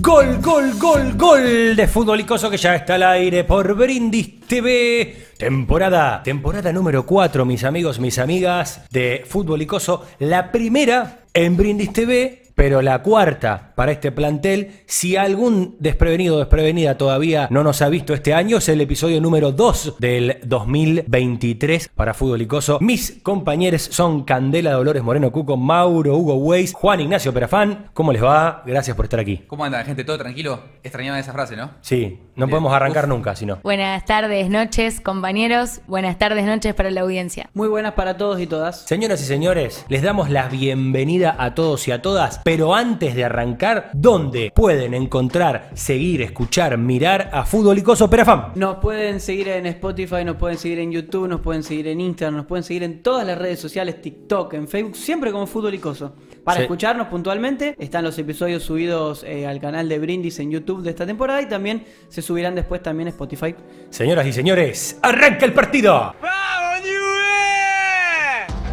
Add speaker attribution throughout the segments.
Speaker 1: Gol, gol, gol, gol de Futbolicoso que ya está al aire por Brindis TV. Temporada, temporada número 4, mis amigos, mis amigas de Futbolicoso. La primera en Brindis TV, pero la cuarta para este plantel. Si algún desprevenido o desprevenida todavía no nos ha visto este año, es el episodio número 2 del 2023 para Futbolicoso. Mis compañeros son Candela Dolores Moreno Cuco, Mauro Hugo Weiss, Juan Ignacio Perafán. ¿Cómo les va? Gracias por estar aquí.
Speaker 2: ¿Cómo andan, gente? ¿Todo tranquilo? Extrañaban esa frase, ¿no?
Speaker 1: Sí, no
Speaker 2: Bien.
Speaker 1: podemos arrancar
Speaker 2: Uf.
Speaker 1: nunca, si no.
Speaker 3: Buenas tardes, noches, compañeros. Buenas tardes, noches para la audiencia.
Speaker 4: Muy buenas para todos y todas.
Speaker 1: Señoras y señores, les damos la bienvenida a todos y a todas, pero antes de arrancar, ¿dónde pueden encontrar, seguir, escuchar, mirar a Futbolicoso Perafam?
Speaker 4: Nos pueden seguir en Spotify, nos pueden seguir en YouTube, nos pueden seguir en Instagram, nos pueden seguir en todas las redes sociales, TikTok, en Facebook, siempre como Fútbol y Coso. Para
Speaker 1: Sí.
Speaker 4: escucharnos puntualmente, están los episodios subidos eh, al canal de Brindis en YouTube de esta temporada y también se subirán después también a Spotify.
Speaker 1: Señoras y señores, arranca el partido.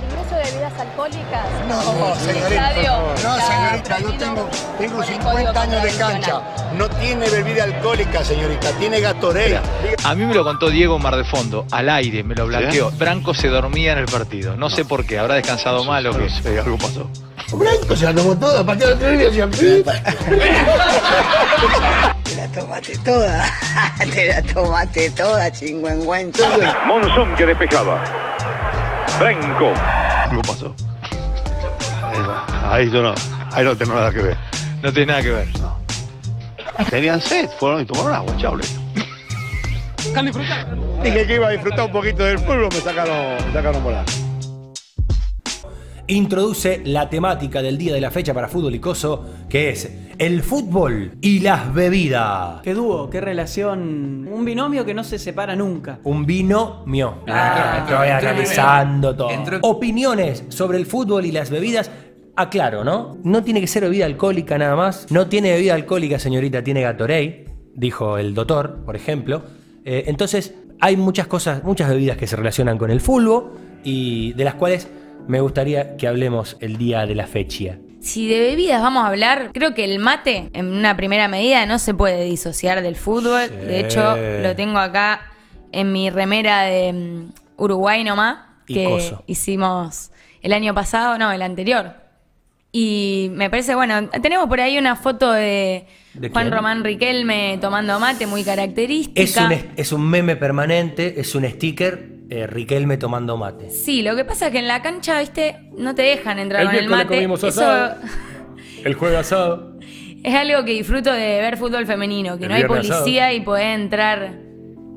Speaker 5: Ingreso de bebidas alcohólicas.
Speaker 6: No, señorita, por favor. No, señorita, yo tengo, tengo 50 años de cancha. No tiene bebida alcohólica, señorita, tiene gatorera.
Speaker 7: A mí me lo contó Diego Mar de Fondo, al aire, me lo blanqueó. Branco se dormía en el partido, no sé por qué, habrá descansado mal o qué. algo pasó.
Speaker 6: Blanco se la tomó toda, partió el otro día y hacía-
Speaker 8: Te la tomaste toda, te la tomaste toda, chingüengüenza.
Speaker 9: Monzón que despejaba. Branco.
Speaker 7: Algo pasó.
Speaker 9: Ahí yo no, ahí no tengo nada que ver.
Speaker 7: No tiene nada que ver.
Speaker 9: Tenían sed, fueron y tomaron agua, chable. Dije que iba a disfrutar un poquito del pueblo, me sacaron, me sacaron volar.
Speaker 1: Introduce la temática del día de la fecha para Futbolicoso, que es el fútbol y las bebidas.
Speaker 4: Qué dúo, qué relación. Un binomio que no se separa nunca.
Speaker 1: Un vino mío.
Speaker 2: Ah,
Speaker 1: Lo voy
Speaker 2: entró-
Speaker 1: analizando todo.
Speaker 2: entró-
Speaker 1: Opiniones sobre el fútbol y las bebidas. Aclaro, ¿no? No tiene que ser bebida alcohólica nada más. No tiene bebida alcohólica, señorita, tiene Gatorade, dijo el doctor, por ejemplo. Eh, entonces, hay muchas cosas, muchas bebidas que se relacionan con el fútbol y de las cuales me gustaría que hablemos el día de la fecha.
Speaker 3: Si de bebidas vamos a hablar, creo que el mate, en una primera medida, no se puede disociar del fútbol.
Speaker 1: Sí.
Speaker 3: De hecho, lo tengo acá en mi remera de mm, Uruguay nomás,
Speaker 1: Y
Speaker 3: que
Speaker 1: coso.
Speaker 3: hicimos el año pasado, no, el anterior. Y me parece, bueno, tenemos por ahí una foto de,
Speaker 1: ¿De
Speaker 3: Juan
Speaker 1: quién?
Speaker 3: Román Riquelme tomando mate, muy característica.
Speaker 1: Es un, es- es un meme permanente, es un sticker, eh, Riquelme tomando mate.
Speaker 3: Sí, lo que pasa es que en la cancha, viste, no te dejan entrar
Speaker 1: El
Speaker 3: con el
Speaker 1: miércoles
Speaker 3: mate.
Speaker 1: comimos
Speaker 3: Eso
Speaker 1: asado. El jueves asado.
Speaker 3: es algo que disfruto de ver fútbol femenino, que
Speaker 1: El
Speaker 3: no hay
Speaker 1: viernes asado.
Speaker 3: policía y podés entrar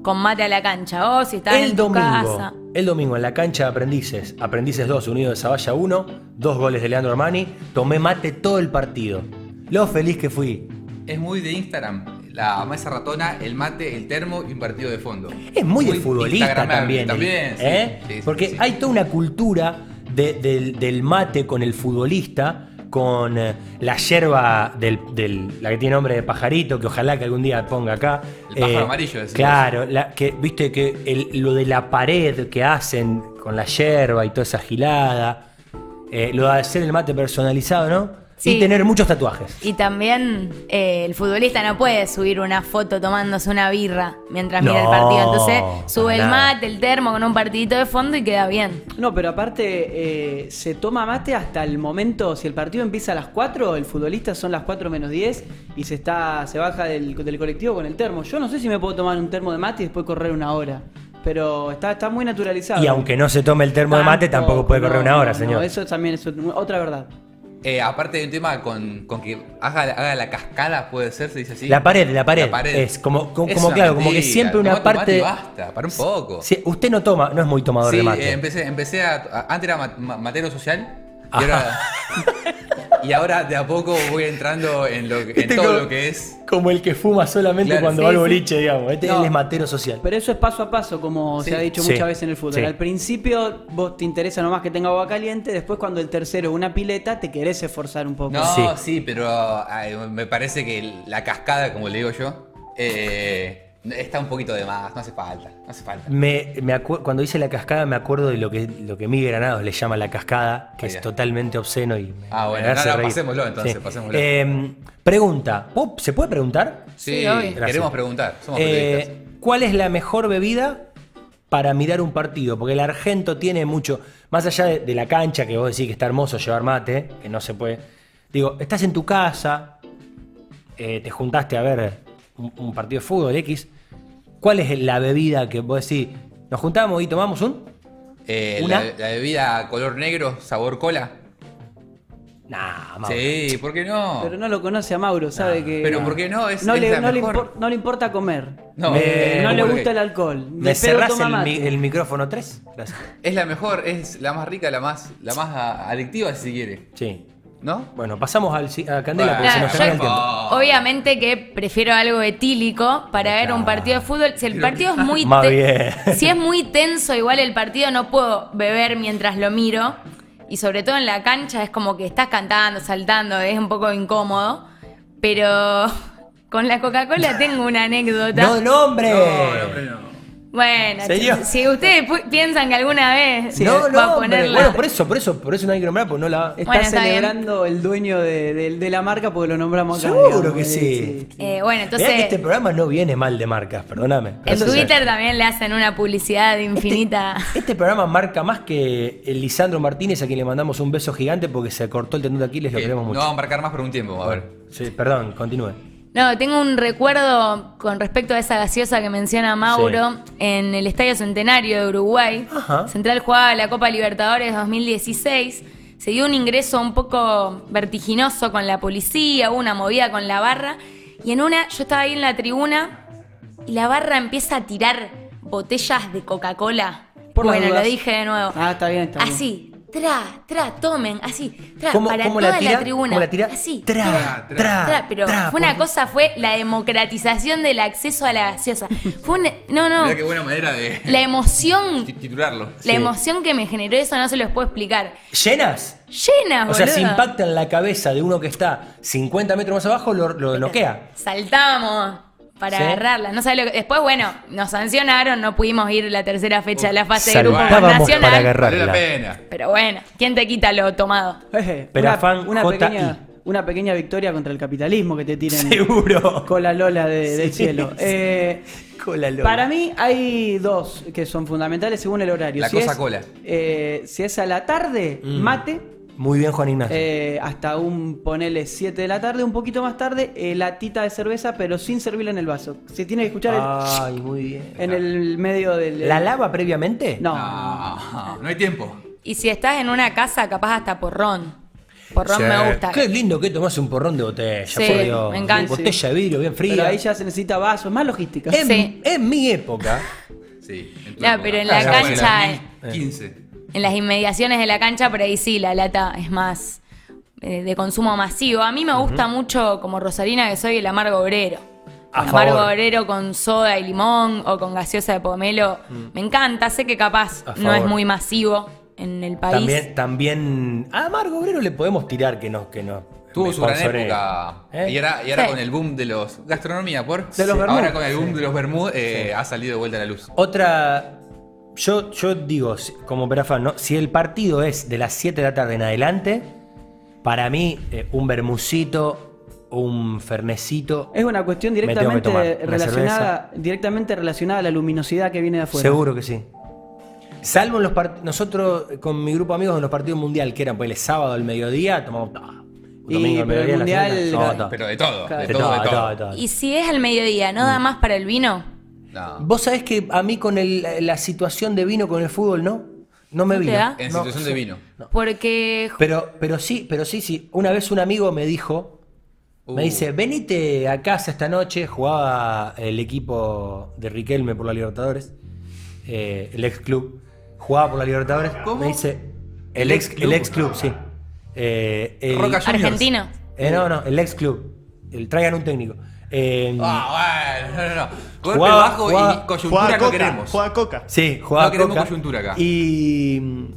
Speaker 3: con mate a la cancha. O si estás
Speaker 1: el
Speaker 3: en tu
Speaker 1: domingo,
Speaker 3: casa.
Speaker 1: El domingo en la cancha de Aprendices, Aprendices 2, Unido de Zavalla 1, dos goles de Leandro Armani, tomé mate todo el partido. Lo feliz que fui.
Speaker 2: Es muy de Instagram. La mesa ratona, el mate, el termo y un partido de fondo.
Speaker 1: Es muy, de futbolista
Speaker 2: Instagramable
Speaker 1: también.
Speaker 2: También,
Speaker 1: el-
Speaker 2: sí,
Speaker 1: ¿eh?
Speaker 2: sí, sí,
Speaker 1: Porque
Speaker 2: sí.
Speaker 1: hay toda una cultura de- del, del mate con el futbolista, con eh, la yerba del, del- la que tiene nombre de pajarito, que ojalá que algún día ponga acá. eh,
Speaker 2: El pájaro amarillo, decís.
Speaker 1: Claro, la- que viste que el- lo de la pared que hacen con la yerba y toda esa gilada. eh, lo de hacer el mate personalizado, ¿no? Y
Speaker 3: Sí.
Speaker 1: tener muchos tatuajes.
Speaker 3: Y también eh, el futbolista no puede subir una foto tomándose una birra mientras mira el
Speaker 1: No,
Speaker 3: partido. Entonces sube
Speaker 1: para
Speaker 3: el
Speaker 1: nada.
Speaker 3: mate, el termo con un partidito de fondo y queda bien.
Speaker 4: No, pero aparte eh, se toma mate hasta el momento, si el partido empieza a las 4, el futbolista son las 4 menos 10 y se está se baja del, del colectivo con el termo. Yo no sé si me puedo tomar un termo de mate y después correr una hora, pero está, está muy naturalizado.
Speaker 1: Y aunque no se tome el termo de mate, tampoco puede correr
Speaker 4: no,
Speaker 1: una hora,
Speaker 4: no, no,
Speaker 1: señor.
Speaker 4: eso también es ot- otra verdad.
Speaker 2: Eh, aparte de un tema con, con que haga, haga la cascada, puede ser, se dice así.
Speaker 1: La pared, la pared. Es como, como,
Speaker 2: Es
Speaker 1: como,
Speaker 2: una
Speaker 1: claro, como que
Speaker 2: mentira,
Speaker 1: siempre una
Speaker 2: tomate,
Speaker 1: parte.
Speaker 2: mate, basta, para un poco.
Speaker 1: Sí, usted no toma, no es muy tomador
Speaker 2: Sí,
Speaker 1: de
Speaker 2: eh,
Speaker 1: mate.
Speaker 2: empecé, empecé a, a- Antes era ma- ma- matero social.
Speaker 1: Ah.
Speaker 2: Y ahora, y ahora de a poco voy entrando en, lo, que- en
Speaker 1: Viste
Speaker 2: todo
Speaker 1: como-
Speaker 2: lo que es.
Speaker 1: Como el que fuma solamente
Speaker 2: Claro.
Speaker 1: cuando
Speaker 2: Sí,
Speaker 1: va al
Speaker 2: sí.
Speaker 1: boliche, digamos. Este
Speaker 4: No.
Speaker 1: él es matero social.
Speaker 4: Pero eso es paso a paso, como
Speaker 2: Sí.
Speaker 4: se ha dicho
Speaker 1: Sí.
Speaker 4: muchas veces en el fútbol.
Speaker 1: Sí.
Speaker 4: Al principio vos te interesa nomás que tenga agua caliente, después cuando el tercero es una pileta te querés esforzar un poco.
Speaker 2: No,
Speaker 1: Sí.
Speaker 2: sí, pero ay, me parece que la cascada, como le digo yo, eh, Está un poquito de más, no hace falta, no hace falta.
Speaker 1: Me, me acu- cuando hice la cascada me acuerdo de lo que, lo que Miguel Granados le llama la cascada, que
Speaker 2: Ahí
Speaker 1: es
Speaker 2: está.
Speaker 1: totalmente obsceno y me-
Speaker 2: Ah,
Speaker 1: me
Speaker 2: bueno,
Speaker 1: hace
Speaker 2: no, no,
Speaker 1: reír.
Speaker 2: pasémoslo entonces, pasémoslo.
Speaker 1: Eh, pregunta, ¿puedo- ¿se puede preguntar?
Speaker 2: Sí,
Speaker 3: Sí, obvio.
Speaker 1: Gracias.
Speaker 2: queremos preguntar, somos
Speaker 1: Eh,
Speaker 2: periodistas.
Speaker 1: ¿Cuál es la mejor bebida para mirar un partido? Porque el argento tiene mucho, más allá de, de la cancha, que vos decís que está hermoso llevar mate, que no se puede. Digo, estás en tu casa, eh, te juntaste a ver un, un partido de fútbol X. ¿Cuál es la bebida que vos decís? Nos juntamos y tomamos un.
Speaker 2: Eh,
Speaker 1: ¿Una?
Speaker 2: la, la bebida color negro, sabor cola.
Speaker 1: Nah, vamos.
Speaker 2: Sí, ¿por qué no?
Speaker 4: Pero no lo conoce a Mauro, sabe que.
Speaker 2: pero ¿por qué no? Es-
Speaker 4: no,
Speaker 2: es
Speaker 4: le,
Speaker 2: la
Speaker 4: no le
Speaker 2: mejor.
Speaker 4: impor- no le importa comer.
Speaker 2: No,
Speaker 1: Me-
Speaker 2: eh,
Speaker 4: no le
Speaker 2: ¿por qué?
Speaker 4: gusta el alcohol.
Speaker 1: ¿Me
Speaker 4: pero
Speaker 1: cerrás
Speaker 4: toma
Speaker 1: el,
Speaker 4: mate.
Speaker 1: mi- el micrófono 3? Gracias.
Speaker 2: Es la mejor, es la más rica, la más, la más a- adictiva si quiere.
Speaker 1: Sí.
Speaker 2: ¿No?
Speaker 1: Bueno, pasamos al, si- a Candela porque
Speaker 2: Bueno,
Speaker 1: Ah, se nos
Speaker 3: Claro,
Speaker 1: termina el
Speaker 3: yo
Speaker 1: tiempo.
Speaker 3: obviamente que prefiero algo etílico para ver un partido de fútbol. Si el partido es muy
Speaker 1: Más
Speaker 3: te-
Speaker 1: bien.
Speaker 3: si es muy tenso, igual el partido no puedo beber mientras lo miro. Y sobre todo en la cancha es como que estás cantando, saltando, es un poco incómodo. Pero con la Coca-Cola tengo una anécdota.
Speaker 1: ¡No, nombre!
Speaker 3: Bueno,
Speaker 1: Señor.
Speaker 3: ch- si ustedes pu- piensan que alguna vez
Speaker 1: no,
Speaker 3: va
Speaker 1: no,
Speaker 3: a
Speaker 1: hombre.
Speaker 3: ponerla.
Speaker 1: Bueno, por eso, por eso, por eso no hay que nombrar, porque no la.
Speaker 4: Está
Speaker 3: Bueno, está bien.
Speaker 4: celebrando el dueño de, de- de la marca porque lo nombramos acá.
Speaker 1: Seguro
Speaker 4: digamos.
Speaker 1: que sí.
Speaker 3: Eh, bueno,
Speaker 1: Mirá
Speaker 3: entonces.
Speaker 1: que este programa no viene mal de marcas, perdóname. pero
Speaker 3: En
Speaker 1: eso es
Speaker 3: Twitter
Speaker 1: así.
Speaker 3: también le hacen una publicidad infinita.
Speaker 1: Este programa marca más que el Lisandro Martínez, a quien le mandamos un beso gigante porque se cortó el tendón de Aquiles, lo
Speaker 2: Que
Speaker 1: queremos
Speaker 2: Eh, No
Speaker 1: mucho.
Speaker 2: vamos a marcar más por un tiempo, a ver.
Speaker 1: Sí, perdón, continúe.
Speaker 3: No, tengo un recuerdo con respecto a esa gaseosa que menciona Mauro en el Estadio Centenario de Uruguay.
Speaker 1: Ajá.
Speaker 3: Central jugaba la Copa Libertadores 2016. Se dio un ingreso un poco vertiginoso con la policía, hubo una movida con la barra. Y en una, yo estaba ahí en la tribuna y la barra empieza a tirar botellas de Coca-Cola.
Speaker 4: Por las
Speaker 3: bueno, lo
Speaker 4: dudas.
Speaker 3: dije de nuevo.
Speaker 4: Ah, está bien, está bien.
Speaker 3: Así, tra, tra, tomen, así, tra,
Speaker 1: ¿Cómo-
Speaker 3: para
Speaker 1: cómo la
Speaker 3: toda la,
Speaker 1: tira?
Speaker 3: tribuna.
Speaker 1: ¿Cómo la tira?
Speaker 3: Así,
Speaker 1: Tra, tra,
Speaker 3: Tra, pero
Speaker 1: tra,
Speaker 3: fue una
Speaker 1: porque-
Speaker 3: cosa fue la democratización del acceso a la gaseosa. Fue un- e, no, no,
Speaker 2: Mirá qué buena manera de
Speaker 3: la emoción,
Speaker 2: ti- titularlo.
Speaker 3: la
Speaker 1: Sí.
Speaker 3: emoción que me generó eso no se los puedo explicar.
Speaker 1: ¿Llenas?
Speaker 3: Llena,
Speaker 1: O sea,
Speaker 3: Ah, boludo.
Speaker 1: si impacta en la cabeza de uno que está 50 metros más abajo, lo, lo noquea.
Speaker 3: Saltamos para
Speaker 1: Sí.
Speaker 3: agarrarla. No sabe lo que- después bueno, nos sancionaron, no pudimos ir la tercera fecha de la fase de grupo
Speaker 1: Saltábamos
Speaker 3: nacional.
Speaker 1: para
Speaker 2: Vale la
Speaker 1: agarrarla.
Speaker 2: pena.
Speaker 3: Pero bueno, ¿quién te quita lo tomado?
Speaker 4: Eh,
Speaker 1: Pero afán JI.
Speaker 4: pequeña, una pequeña victoria contra el capitalismo que te tiren
Speaker 1: Seguro.
Speaker 4: con la Lola de- del
Speaker 1: Sí,
Speaker 4: cielo.
Speaker 1: sí.
Speaker 4: Eh,
Speaker 1: Con la lola.
Speaker 4: Para mí hay dos que son fundamentales según el horario.
Speaker 2: La cosa cola.
Speaker 4: eh, si es a la tarde,
Speaker 1: Mm.
Speaker 4: mate.
Speaker 1: Muy bien, Juan Ignacio.
Speaker 4: eh, hasta un, ponele 7 de la tarde, un poquito más tarde, eh, latita de cerveza, pero sin servirla en el vaso. Se tiene que escuchar el-
Speaker 1: Ay, muy bien.
Speaker 4: en el medio del...
Speaker 1: Ah, ¿La lava previamente?
Speaker 4: No.
Speaker 2: Ah, no hay tiempo.
Speaker 3: Y si estás en una casa, capaz hasta porrón. Porrón
Speaker 2: Sí.
Speaker 3: me gusta.
Speaker 1: Qué lindo que tomás un porrón de botella,
Speaker 3: Sí,
Speaker 1: por Dios.
Speaker 3: me encanta.
Speaker 1: Botella de vidrio bien
Speaker 4: Pero
Speaker 1: fría. Eh,
Speaker 4: ahí ya se necesita vasos, más logística.
Speaker 1: En,
Speaker 3: Sí.
Speaker 1: en mi época,
Speaker 2: Sí. en tu
Speaker 3: No,
Speaker 2: época.
Speaker 3: pero en la
Speaker 2: Ah,
Speaker 3: cancha, eh.
Speaker 2: bueno, 2015.
Speaker 3: En las inmediaciones de la cancha, por ahí sí, la lata es más eh, de consumo masivo. A mí me gusta mucho, como Rosarina, que soy el amargo obrero.
Speaker 1: A
Speaker 3: el amargo
Speaker 1: favor.
Speaker 3: obrero con soda y limón o con gaseosa de pomelo. Me encanta, sé que capaz
Speaker 1: Mm. A
Speaker 3: no es
Speaker 1: favor.
Speaker 3: muy masivo en el país.
Speaker 1: también, también. A Margo Obrero le podemos tirar que no. Que no
Speaker 2: Tuvo
Speaker 1: me
Speaker 2: su gran
Speaker 1: sponsoree.
Speaker 2: época.
Speaker 1: ¿Eh?
Speaker 2: Y ahora, y ahora
Speaker 3: Sí.
Speaker 2: con el boom de los. Gastronomía, por.
Speaker 4: De los vermú.
Speaker 2: Ahora con el boom de los Bermud eh, ha salido de vuelta a la luz.
Speaker 1: Otra. Yo, yo digo, si- como perafán, ¿no? si el partido es de las 7 de la tarde en adelante, para mí, eh, un bermucito, un fernecito.
Speaker 4: Es una cuestión
Speaker 1: Me tengo que
Speaker 4: directamente
Speaker 1: tomar una
Speaker 4: relacionada, directamente relacionada a la luminosidad que viene de afuera.
Speaker 1: Seguro que sí. Salvo en los partidos. Nosotros, eh, con mi grupo de amigos, en los partidos mundial, que eran pues el sábado al mediodía, tomamos. ah,
Speaker 4: Y,
Speaker 1: domingo al
Speaker 4: pero el
Speaker 1: mediodía, la
Speaker 4: mundial,
Speaker 1: cena,
Speaker 4: claro,
Speaker 1: todo.
Speaker 2: Pero de todo,
Speaker 4: Claro.
Speaker 2: de todo, de todo.
Speaker 3: Y si es al mediodía, ¿no
Speaker 1: Mm.
Speaker 3: da más para el vino?
Speaker 2: No.
Speaker 1: Vos sabés que a mí con el- la situación de vino con el fútbol, ¿no? No me
Speaker 3: ¿No te
Speaker 1: vino.
Speaker 3: da?
Speaker 2: En
Speaker 1: No,
Speaker 2: situación de vino.
Speaker 3: Porque
Speaker 1: Pero, pero sí, pero sí, sí. Una vez un amigo me dijo, me
Speaker 2: Uh.
Speaker 1: dice, venite a casa esta noche, jugaba el equipo de Riquelme por la Libertadores, eh, el ex club, jugaba por la Libertadores, me dice, el ex, el ex club, sí. Eh, el-
Speaker 2: Roca Juniors.
Speaker 3: argentino.
Speaker 1: eh, no, no, el ex club. El, traigan un técnico. Eh,
Speaker 2: Ah, bueno, no, no, no. Golpe
Speaker 1: Jugaba-
Speaker 2: bajo
Speaker 1: jugaba-
Speaker 2: y coyuntura
Speaker 9: Juega
Speaker 2: no
Speaker 9: Coca,
Speaker 2: queremos.
Speaker 9: juega Coca.
Speaker 1: Sí, jugaba
Speaker 2: No queremos
Speaker 1: Coca.
Speaker 2: coyuntura acá.
Speaker 1: Y mm,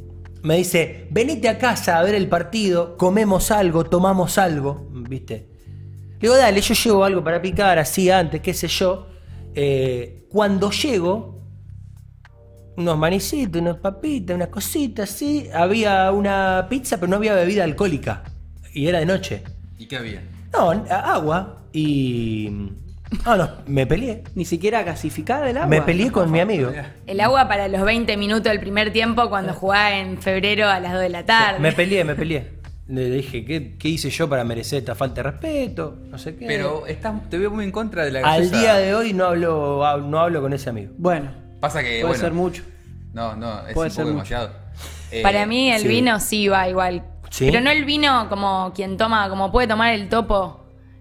Speaker 1: me dice, venite a casa a ver el partido, comemos algo, tomamos algo, ¿viste? Le digo, dale, yo llevo algo para picar, así antes, qué sé yo. Eh, cuando llego, unos manicitos, unas papitas, unas cositas, así. Había una pizza, pero no había bebida alcohólica. Y era de noche.
Speaker 2: ¿Y qué había?
Speaker 1: No, a- agua. Y. Ah, no, me peleé.
Speaker 4: Ni siquiera gasificada el agua.
Speaker 1: Me peleé con mi amigo.
Speaker 3: El agua para los 20 minutos del primer tiempo cuando jugaba en febrero a las 2 de la tarde.
Speaker 1: Me peleé, me peleé. Le dije, ¿qué, qué hice yo para merecer esta falta de respeto? No sé qué.
Speaker 2: Pero estás, te veo muy en contra de la
Speaker 1: Al
Speaker 2: gaseosa.
Speaker 1: día de hoy no hablo, hab- no hablo con ese amigo.
Speaker 4: Bueno,
Speaker 2: Pasa que,
Speaker 4: puede
Speaker 2: bueno.
Speaker 4: ser mucho.
Speaker 2: No, no, es
Speaker 4: Puede
Speaker 2: un
Speaker 4: ser
Speaker 2: poco
Speaker 4: mucho.
Speaker 2: demasiado. Eh,
Speaker 3: para mí el
Speaker 1: sí.
Speaker 3: vino sí va igual.
Speaker 1: Sí.
Speaker 3: Pero no el vino como quien toma, como puede tomar el topo.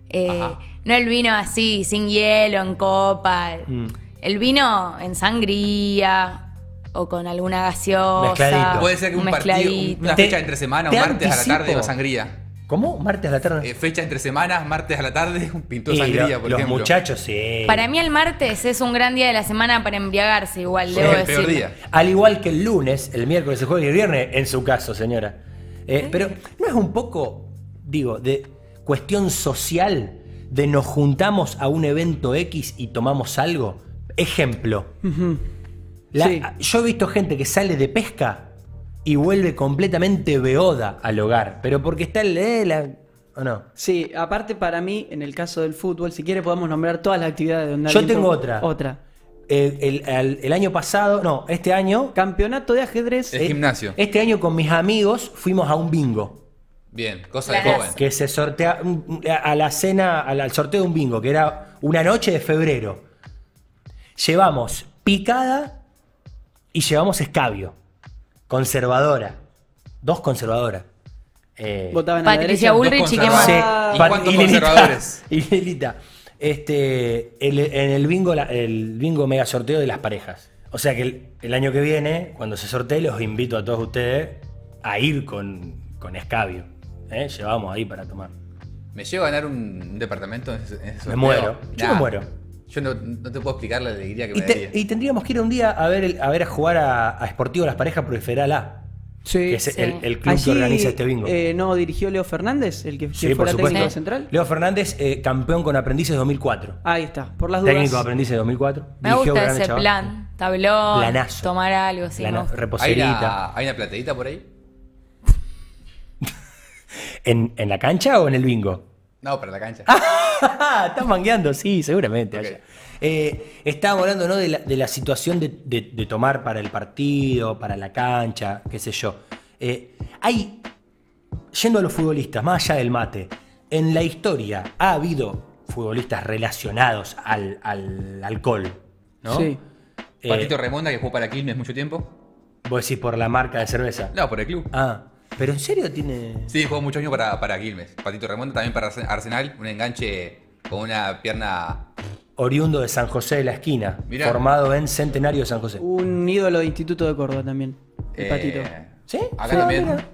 Speaker 3: Eh, no el vino así, sin hielo, en copa.
Speaker 1: Mm.
Speaker 3: El vino en sangría o con alguna gaseosa.
Speaker 1: Mezcladito.
Speaker 2: Puede ser que un, partido,
Speaker 3: mezcladito.
Speaker 2: una
Speaker 1: Te-
Speaker 2: fecha entre semana, un
Speaker 1: te
Speaker 2: martes a la tarde,
Speaker 1: anticipo.
Speaker 2: una sangría.
Speaker 1: ¿Cómo? Martes a la tarde.
Speaker 2: Eh, fecha entre semanas, martes a la tarde, un pintor
Speaker 1: Y lo-
Speaker 2: sangría, por
Speaker 1: los
Speaker 2: ejemplo.
Speaker 1: muchachos, sí.
Speaker 3: Para mí el martes es un gran día de la semana para embriagarse igual,
Speaker 2: Es
Speaker 3: debo
Speaker 2: el
Speaker 3: decir.
Speaker 2: peor día.
Speaker 1: Al igual que el lunes, el miércoles, el jueves y el viernes, en su caso, señora. Eh, pero no es un poco, digo, de cuestión social de nos juntamos a un evento X y tomamos algo. Ejemplo. La-
Speaker 4: Sí.
Speaker 1: Yo he visto gente que sale de pesca y vuelve completamente beoda al hogar. Pero porque está el. eh, la- ¿O no?
Speaker 4: Sí, aparte para mí, en el caso del fútbol, si quiere podemos nombrar todas las actividades donde
Speaker 1: Yo
Speaker 4: alguien
Speaker 1: tengo
Speaker 4: toma-
Speaker 1: otra.
Speaker 4: Otra.
Speaker 1: Eh, el- al- el año pasado, no, este año.
Speaker 4: Campeonato de ajedrez.
Speaker 2: Es
Speaker 1: eh,
Speaker 2: gimnasio.
Speaker 1: Este año con mis amigos fuimos a un bingo.
Speaker 2: Bien, cosa de
Speaker 3: Claro.
Speaker 2: joven.
Speaker 1: que se sortea un- a la cena, al, al sorteo de un bingo, que era una noche de febrero. Llevamos picada y llevamos escabio. Conservadora. Dos conservadoras. Eh,
Speaker 4: votaban a la
Speaker 3: Patricia
Speaker 4: derecha.
Speaker 2: Bull-
Speaker 3: Bullrich y qué
Speaker 2: conservadores.
Speaker 3: más.
Speaker 1: sí,
Speaker 4: Ah.
Speaker 2: ¿Y
Speaker 1: Pat-
Speaker 2: cuántos
Speaker 1: y Lilita-
Speaker 2: conservadores?
Speaker 1: y Lilita. Este, el- en el bingo, la- el bingo mega sorteo de las parejas. O sea que el, el año que viene, cuando se sortee, los invito a todos ustedes a ir con, con escabio. ¿eh? Llevamos ahí para tomar.
Speaker 2: ¿Me llego a ganar un departamento? en ese- en ese sorteo?
Speaker 1: muero. Yo
Speaker 2: Nah,
Speaker 1: me muero.
Speaker 2: Yo no, no te puedo explicar la alegría que
Speaker 1: Y,
Speaker 2: me
Speaker 1: te-
Speaker 2: daría.
Speaker 1: y tendríamos que ir un día a ver, el- a, ver a jugar a, a Sportivo Las Parejas por el Federal A. que
Speaker 4: Sí.
Speaker 1: es
Speaker 3: sí.
Speaker 1: el, el club
Speaker 4: Allí,
Speaker 1: que organiza este bingo.
Speaker 4: eh, ¿No dirigió Leo Fernández, el que, que
Speaker 1: Sí, por
Speaker 4: fuera técnico
Speaker 1: supuesto.
Speaker 4: de central?
Speaker 1: Leo Fernández, eh, campeón con Aprendices 2004.
Speaker 4: Ahí está, por las
Speaker 1: Técnico de
Speaker 4: dudas.
Speaker 1: Aprendices 2004.
Speaker 3: Me
Speaker 1: Dirigió
Speaker 3: gusta
Speaker 1: Gran
Speaker 3: ese
Speaker 1: Chaval.
Speaker 3: plan. Tablón,
Speaker 1: Planazo.
Speaker 3: tomar algo, sí. me
Speaker 1: Plana-
Speaker 3: gusta.
Speaker 2: ¿Hay
Speaker 1: reposerita.
Speaker 2: una, ¿Hay una plateadita por ahí?
Speaker 1: ¿En, en la cancha o en el bingo?
Speaker 2: No, para la cancha.
Speaker 1: Ah, Estás mangueando, sí, seguramente.
Speaker 2: Ok.
Speaker 1: haya. Eh, estábamos hablando ¿no? de, la, de la situación de, de- de tomar para el partido, para la cancha, qué sé yo. Eh, hay, yendo a los futbolistas, más allá del mate, en la historia ha habido futbolistas relacionados al, al alcohol, ¿no?
Speaker 4: Sí.
Speaker 1: Eh,
Speaker 2: Patito Remonda, que jugó para Quilmes mucho tiempo.
Speaker 1: vos decís por la marca de cerveza.
Speaker 2: No, por el club.
Speaker 1: Ah, pero en serio tiene...
Speaker 2: Sí, jugó muchos años para, para Quilmes. Patito Remonda también para Arse- Arsenal. Un enganche con una pierna...
Speaker 1: Oriundo de San José de la Esquina,
Speaker 2: Mirá. Uh,
Speaker 1: formado en Centenario de San José.
Speaker 4: Un ídolo de Instituto de Córdoba también. El
Speaker 2: eh,
Speaker 4: patito.
Speaker 1: ¿Sí?
Speaker 2: Acá
Speaker 1: Sí,
Speaker 2: también.
Speaker 1: mira.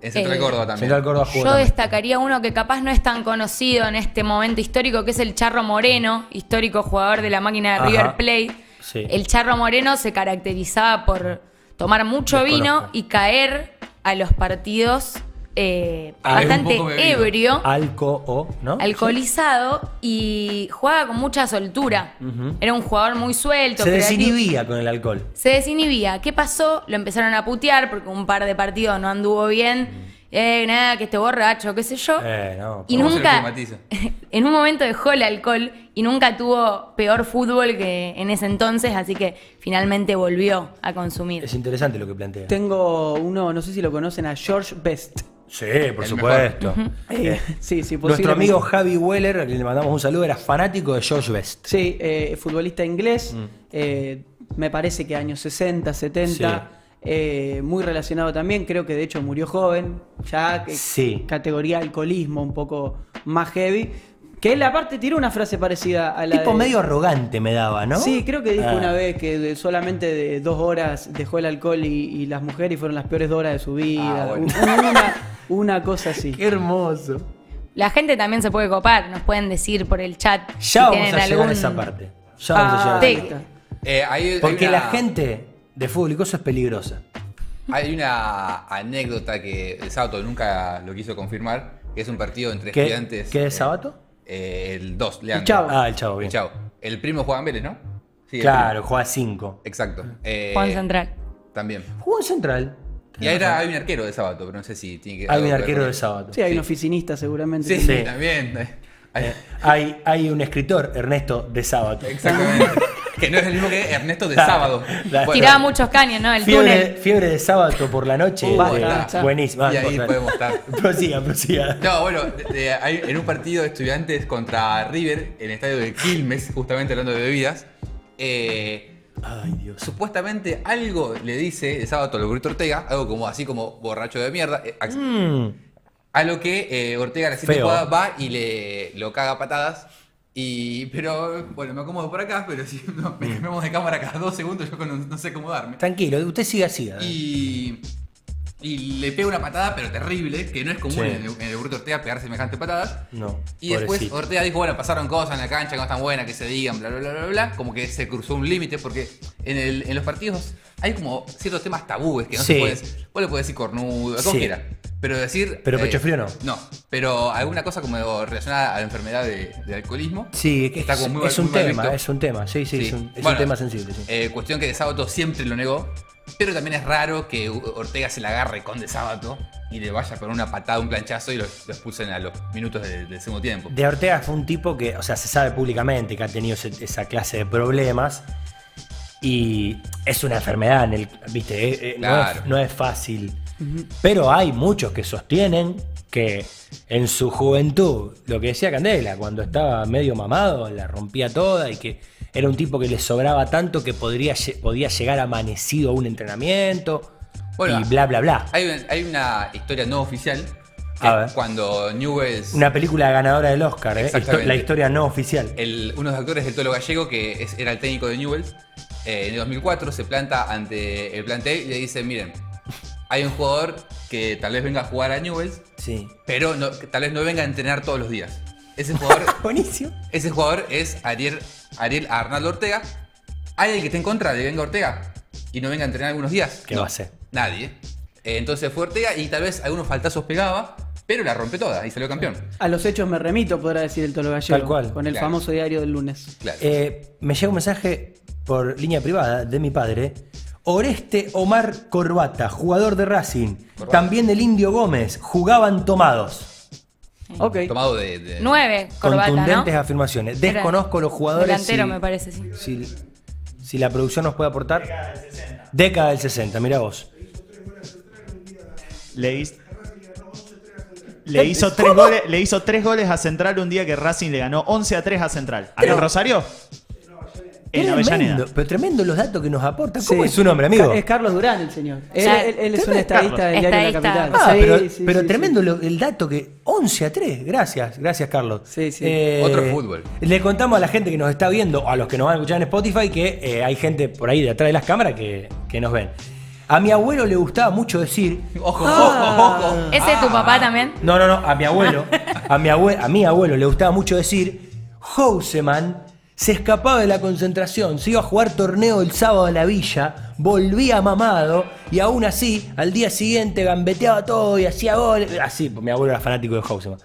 Speaker 2: En Central
Speaker 3: Eh,
Speaker 2: Córdoba también.
Speaker 1: Central Córdoba jugó
Speaker 3: Yo
Speaker 1: también.
Speaker 3: destacaría uno que capaz no es tan conocido en este momento histórico, que es el Charro Moreno, histórico jugador de la máquina de
Speaker 1: Ajá.
Speaker 3: River Plate.
Speaker 1: Sí.
Speaker 3: El Charro Moreno se caracterizaba por tomar mucho vino
Speaker 1: Desconozco.
Speaker 3: y caer a los partidos eh,
Speaker 1: Ah,
Speaker 3: bastante
Speaker 2: un poco bebido.
Speaker 3: ebrio,
Speaker 1: Alco o, Ah, ¿no?
Speaker 3: alcoholizado y jugaba con mucha soltura. Era un jugador muy suelto.
Speaker 1: Se
Speaker 3: creativo.
Speaker 1: desinhibía con el alcohol.
Speaker 3: Se desinhibía. ¿Qué pasó? Lo empezaron a putear porque un par de partidos no anduvo bien. Eh, nada, que esté borracho, qué sé yo.
Speaker 1: Mm. Eh, no.
Speaker 3: y
Speaker 2: ¿cómo se lo
Speaker 3: nunca.
Speaker 2: estigmatiza?
Speaker 3: En un momento dejó el alcohol y nunca tuvo peor fútbol que en ese entonces, así que finalmente volvió a consumir.
Speaker 1: Es interesante lo que plantea.
Speaker 4: Tengo uno, no sé si lo conocen, a George Best.
Speaker 1: Sí, por
Speaker 2: El
Speaker 1: supuesto.
Speaker 4: Eh, sí, sí,
Speaker 1: Nuestro
Speaker 4: posiblemente.
Speaker 1: amigo Javi Weller, a quien le mandamos un saludo, era fanático de George Best.
Speaker 4: Sí, eh, futbolista inglés,
Speaker 1: Mm.
Speaker 4: eh, me parece que años 60, 70, eh, muy relacionado también, creo que de hecho murió joven, ya que-
Speaker 1: Sí.
Speaker 4: categoría alcoholismo un poco más heavy, que él aparte tiró una frase parecida a la
Speaker 1: Tipo
Speaker 4: de-
Speaker 1: medio arrogante me daba, ¿no?
Speaker 4: Sí, creo que dijo
Speaker 1: Ah.
Speaker 4: una vez que de- solamente de dos horas dejó el alcohol y, y las mujeres fueron las peores dos horas de su vida,
Speaker 2: Ah, bueno.
Speaker 4: un- una, una cosa así.
Speaker 1: Qué hermoso.
Speaker 3: La gente también se puede copar, nos pueden decir por el chat. si
Speaker 1: Ya vamos
Speaker 3: tienen
Speaker 1: a llegar
Speaker 3: algún-
Speaker 1: a esa parte. Ya vamos a llegar a
Speaker 4: Ah,
Speaker 1: esa
Speaker 3: sí.
Speaker 4: ahí está.
Speaker 2: Eh, hay- hay
Speaker 1: parte. Porque la
Speaker 2: una-
Speaker 1: gente de Fútbolicoso es peligrosa.
Speaker 2: Hay una anécdota que Sato nunca lo quiso confirmar, que es un partido entre
Speaker 1: ¿Qué,
Speaker 2: estudiantes.
Speaker 1: ¿qué
Speaker 2: eh,
Speaker 1: es Sabato?
Speaker 2: eh, el 2, Leandro.
Speaker 4: Chavo.
Speaker 1: Ah, el chavo, bien.
Speaker 2: El Chavo. El primo Juan Vélez, ¿no? Sí, el
Speaker 1: Claro, juega 5.
Speaker 2: primo. Exacto. Eh,
Speaker 3: Juan Central.
Speaker 2: También.
Speaker 1: Jugó en Central.
Speaker 2: Y ahí era, hay un arquero de Sabato, pero no sé si tiene que
Speaker 1: Hay un
Speaker 2: algo que ver
Speaker 1: arquero
Speaker 2: con
Speaker 1: de
Speaker 2: él.
Speaker 1: sábado.
Speaker 4: Sí, hay un oficinista seguramente.
Speaker 2: Sí,
Speaker 1: Sí.
Speaker 2: también. Hay-
Speaker 1: Hay, hay un escritor, Ernesto de sábado.
Speaker 2: Exactamente. que no es el mismo que Ernesto de
Speaker 1: Claro,
Speaker 2: Sábado.
Speaker 1: claro. Bueno.
Speaker 3: Tiraba muchos caños, ¿no? El
Speaker 1: Fiebre,
Speaker 3: túnel.
Speaker 1: fiebre de sábado por la noche.
Speaker 2: Uh,
Speaker 1: Buenísima.
Speaker 4: basta, ya.
Speaker 1: buenísimo.
Speaker 2: Y
Speaker 1: Ah,
Speaker 2: ahí
Speaker 1: por-
Speaker 2: podemos estar.
Speaker 1: Prosiga, prosiga.
Speaker 2: No, bueno, de- de- hay- en un partido de estudiantes contra River, en el estadio de Quilmes, justamente hablando de bebidas, eh,
Speaker 1: Ay, Dios.
Speaker 2: supuestamente algo le dice el sábado Loburito Ortega, algo como así como borracho de mierda, eh, ac-
Speaker 1: Mm.
Speaker 2: a lo que eh, Ortega la siguiente
Speaker 1: Feo.
Speaker 2: jugada va y le lo caga a patadas. Y, pero, bueno, me acomodo por acá, pero si no,
Speaker 1: Mm.
Speaker 2: me cambiamos de cámara cada dos segundos, yo con- no sé acomodarme.
Speaker 1: Tranquilo, usted siga así. a ver.
Speaker 2: Y, y le pega una patada, pero terrible, que no es común
Speaker 1: Sí.
Speaker 2: en, el, en el Burrito Ortega pegar semejantes patadas.
Speaker 1: No,
Speaker 2: Y después
Speaker 1: pobrecito.
Speaker 2: Ortega dijo, bueno, pasaron cosas en la cancha que no están buenas, que se digan, bla, bla, bla, bla, bla. Como que se cruzó un límite, porque en, el- en los partidos hay como ciertos temas tabúes que no
Speaker 1: Sí.
Speaker 2: se puedes... Vos le puedes decir cornudo, como
Speaker 1: Sí.
Speaker 2: quiera. Pero decir... eh,
Speaker 1: Pero pecho frío no.
Speaker 2: No, pero alguna cosa como relacionada a la enfermedad de, de alcoholismo.
Speaker 1: Sí, es, que
Speaker 2: Está como muy mal-
Speaker 1: es un
Speaker 2: muy mal
Speaker 1: tema,
Speaker 2: visto.
Speaker 1: es un tema, sí, sí, es,
Speaker 2: Sí.
Speaker 1: un, es un
Speaker 2: Bueno,
Speaker 1: tema sensible. sí.
Speaker 2: eh, cuestión que De Sábato siempre lo negó. Pero también es raro que U- Ortega se la agarre con De Sábato y le vaya con una patada, un planchazo y lo, lo expulsen a los minutos de- del segundo tiempo.
Speaker 1: De Ortega fue un tipo que, o sea, se sabe públicamente que ha tenido ese- esa clase de problemas y es una enfermedad, en el, viste, eh, eh, no,
Speaker 2: Claro.
Speaker 1: es, no es fácil. Pero hay muchos que sostienen que en su juventud, lo que decía Candela, cuando estaba medio mamado, la rompía toda y que era un tipo que le sobraba tanto que podría, lle- podía llegar amanecido a un entrenamiento
Speaker 2: Bueno,
Speaker 1: y bla, bla, bla.
Speaker 2: Hay, un- hay una historia no oficial que
Speaker 1: A ver.
Speaker 2: cuando Newells,
Speaker 1: Una película ganadora del Oscar, ¿eh?
Speaker 2: Exactamente.
Speaker 1: Histo- la historia no oficial.
Speaker 2: el- uno de los actores del Tolo Gallego, que es- era el técnico de Newells, eh, en el 2004 se planta ante el plantel y le dice, miren, hay un jugador que tal vez venga a jugar a Newells,
Speaker 1: Sí.
Speaker 2: pero no- que tal vez no venga a entrenar todos los días. Ese jugador
Speaker 1: Buenísimo.
Speaker 2: Ese jugador es Ariel, Ariel Arnaldo Ortega. ¿Hay alguien que esté en contra de que venga Ortega y no venga a entrenar algunos días?
Speaker 1: ¿Qué
Speaker 2: No,
Speaker 1: va a ser?
Speaker 2: Nadie. Eh, Entonces fue Ortega y tal vez algunos faltazos pegaba, pero la rompe toda y salió campeón.
Speaker 4: A los hechos me remito, podrá decir el Tolo Gallego.
Speaker 1: Tal cual.
Speaker 4: Con el
Speaker 2: Claro.
Speaker 4: famoso diario del lunes.
Speaker 2: Claro.
Speaker 1: Eh, me llega un mensaje por línea privada de mi padre. Oreste Omar Corbata, jugador de Racing. También del Indio Gómez. Jugaban tomados.
Speaker 4: Ok.
Speaker 2: Tomado de. de-
Speaker 3: Nueve, corbata, ¿no?
Speaker 1: Contundentes afirmaciones.
Speaker 3: Era
Speaker 1: Desconozco los jugadores.
Speaker 3: Delantero,
Speaker 1: si-
Speaker 3: me parece, sí.
Speaker 1: Si, si la producción nos puede aportar. Década del 60. mirá vos.
Speaker 10: Le, hiz- le hizo tres goles, le hizo tres goles a Central un día que Racing le ganó 11 a 3 a Central. ¿A en Rosario? En
Speaker 1: Tremendo,
Speaker 10: Avellaneda.
Speaker 1: pero tremendo los datos que nos aporta. ¿Cómo
Speaker 4: Sí.
Speaker 1: es su nombre, amigo?
Speaker 4: Ca- Es Carlos Durán el señor. Él,
Speaker 3: Ya.
Speaker 4: él- él es un
Speaker 1: Tremendo.
Speaker 4: estadista del diario de la
Speaker 3: Estadista.
Speaker 4: capital.
Speaker 1: Ah,
Speaker 4: Sí,
Speaker 1: pero,
Speaker 4: sí,
Speaker 1: pero
Speaker 4: sí,
Speaker 1: tremendo
Speaker 4: sí.
Speaker 1: lo- el dato que 11 a 3, gracias, gracias Carlos. Eh,
Speaker 4: Sí, sí.
Speaker 2: Otro fútbol.
Speaker 1: Le contamos a la gente que nos está viendo, a los que nos van a escuchar en Spotify, que eh, hay gente por ahí detrás de las cámaras que, que nos ven. A mi abuelo le gustaba mucho decir,
Speaker 2: Ojo, ojo,
Speaker 1: Ah.
Speaker 2: ojo. Ah.
Speaker 3: ¿Ese es tu papá también?
Speaker 1: no, no, no, a mi abuelo, a mi, abue- a mi abuelo le gustaba mucho decir, Houseman se escapaba de la concentración, se iba a jugar torneo el sábado a la villa, volvía mamado y aún así, al día siguiente gambeteaba todo y hacía goles. Así, mi abuelo era fanático de Houseman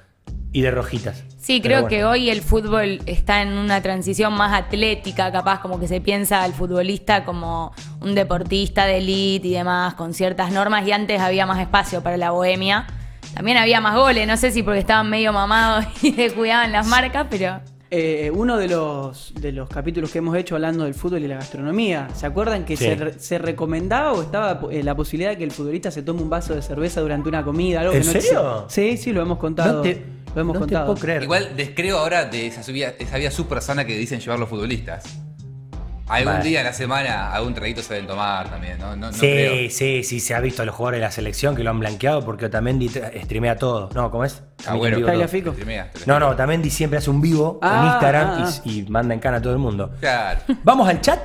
Speaker 1: y de Rojitas.
Speaker 3: Sí,
Speaker 1: Pero
Speaker 3: creo
Speaker 1: bueno.
Speaker 3: que hoy el fútbol está en una transición más atlética, capaz como que se piensa al futbolista como un deportista de elite y demás, con ciertas normas, y antes había más espacio para la bohemia. También había más goles, no sé si porque estaban medio mamados y descuidaban las marcas, pero
Speaker 4: Eh, uno de los, de los capítulos que hemos hecho hablando del fútbol y la gastronomía, ¿se acuerdan que
Speaker 1: Sí.
Speaker 4: se, re- se recomendaba o estaba eh, la posibilidad de que el futbolista se tome un vaso de cerveza durante una comida? Algo
Speaker 1: ¿En
Speaker 4: que no
Speaker 1: serio?
Speaker 4: existe? Sí, sí, lo hemos contado.
Speaker 1: No te,
Speaker 4: lo hemos
Speaker 1: no te
Speaker 4: contado.
Speaker 1: puedo creer.
Speaker 2: Igual descreo ahora de esa, subida- esa vida súper sana que dicen llevar los futbolistas. Algún
Speaker 1: Vale.
Speaker 2: día a la semana algún traguito se deben tomar también, ¿no? No, no
Speaker 1: sí,
Speaker 2: creo.
Speaker 1: sí, sí, se ha visto a los jugadores de la selección que lo han blanqueado porque Otamendi tra- streamea todo. No, ¿cómo es?
Speaker 2: Ah, bueno.
Speaker 1: Vivo todo.
Speaker 4: Tagliafico. Fico.
Speaker 2: Primera, te lo
Speaker 1: No,
Speaker 2: digo.
Speaker 1: no, Otamendi siempre hace un vivo en
Speaker 4: Ah,
Speaker 1: Instagram
Speaker 4: ah,
Speaker 1: y- Y, manda en cana a todo el mundo.
Speaker 2: Claro.
Speaker 1: Vamos al chat.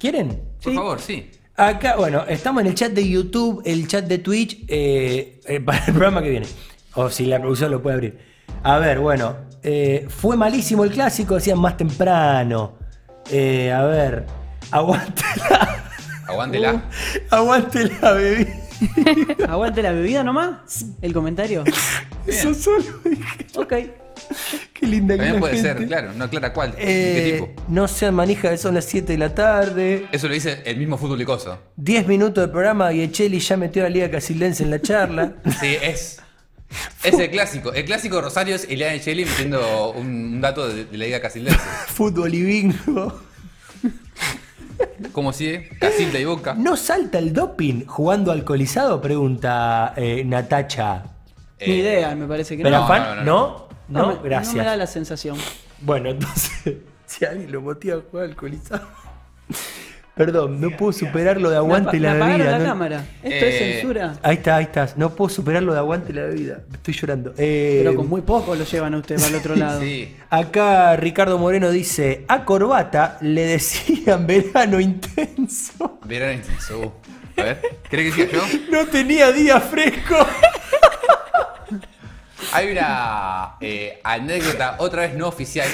Speaker 1: ¿Quieren?
Speaker 2: Por favor, sí.
Speaker 1: Acá, bueno, estamos en el chat de YouTube, el chat de Twitch, eh, eh, para el programa que viene. O si la producción lo puede abrir. A ver, bueno, eh, fue malísimo el clásico, decían más temprano. Eh, a ver, aguántela,
Speaker 2: Aguántela.
Speaker 1: Uh. aguántela, bebé.
Speaker 4: ¿Aguante la bebida nomás? El comentario.
Speaker 1: Eso solo dije.
Speaker 4: Ok.
Speaker 1: Qué linda que
Speaker 2: También
Speaker 1: la
Speaker 2: puede ser,
Speaker 1: gente-
Speaker 2: claro. No aclara cuál. ¿Qué
Speaker 1: Eh,
Speaker 2: tipo?
Speaker 1: no sean manija, son las 7 de la tarde.
Speaker 2: Eso lo dice el mismo futbolicoso.
Speaker 1: 10 minutos de programa y Echeli ya metió a la Liga Casilense en la charla.
Speaker 2: Sí, es. Es el clásico. El clásico de Rosario es Eliana Cheli metiendo un, un dato de, de la liga casildense.
Speaker 1: Fútbol y bingo.
Speaker 2: ¿Cómo sigue? Casilda y Boca.
Speaker 1: ¿No salta el doping jugando alcoholizado? Pregunta eh, Natacha.
Speaker 2: Eh,
Speaker 4: Ni idea, me parece que no.
Speaker 1: ¿Perafán?
Speaker 2: no, no,
Speaker 1: No, no,
Speaker 4: No, me-
Speaker 1: gracias.
Speaker 4: No me da la sensación.
Speaker 1: Bueno, entonces, si alguien lo motiva a jugar alcoholizado. Perdón, no puedo superar lo de aguante
Speaker 4: Me
Speaker 1: la
Speaker 4: apa- me apagaron
Speaker 1: bebida.
Speaker 4: la
Speaker 1: ¿no?
Speaker 4: cámara. Esto es
Speaker 2: Eh,
Speaker 4: censura.
Speaker 1: Ahí está, ahí estás. No puedo superar lo de aguante la bebida. Estoy llorando. Eh,
Speaker 4: Pero con muy poco lo llevan a usted para el otro lado.
Speaker 2: Sí.
Speaker 1: Acá Ricardo Moreno dice, a Corbata le decían verano intenso.
Speaker 2: Verano intenso. uh. A ver. ¿Crees que siga yo?
Speaker 1: No tenía día fresco.
Speaker 2: Hay una eh, anécdota, otra vez no oficial,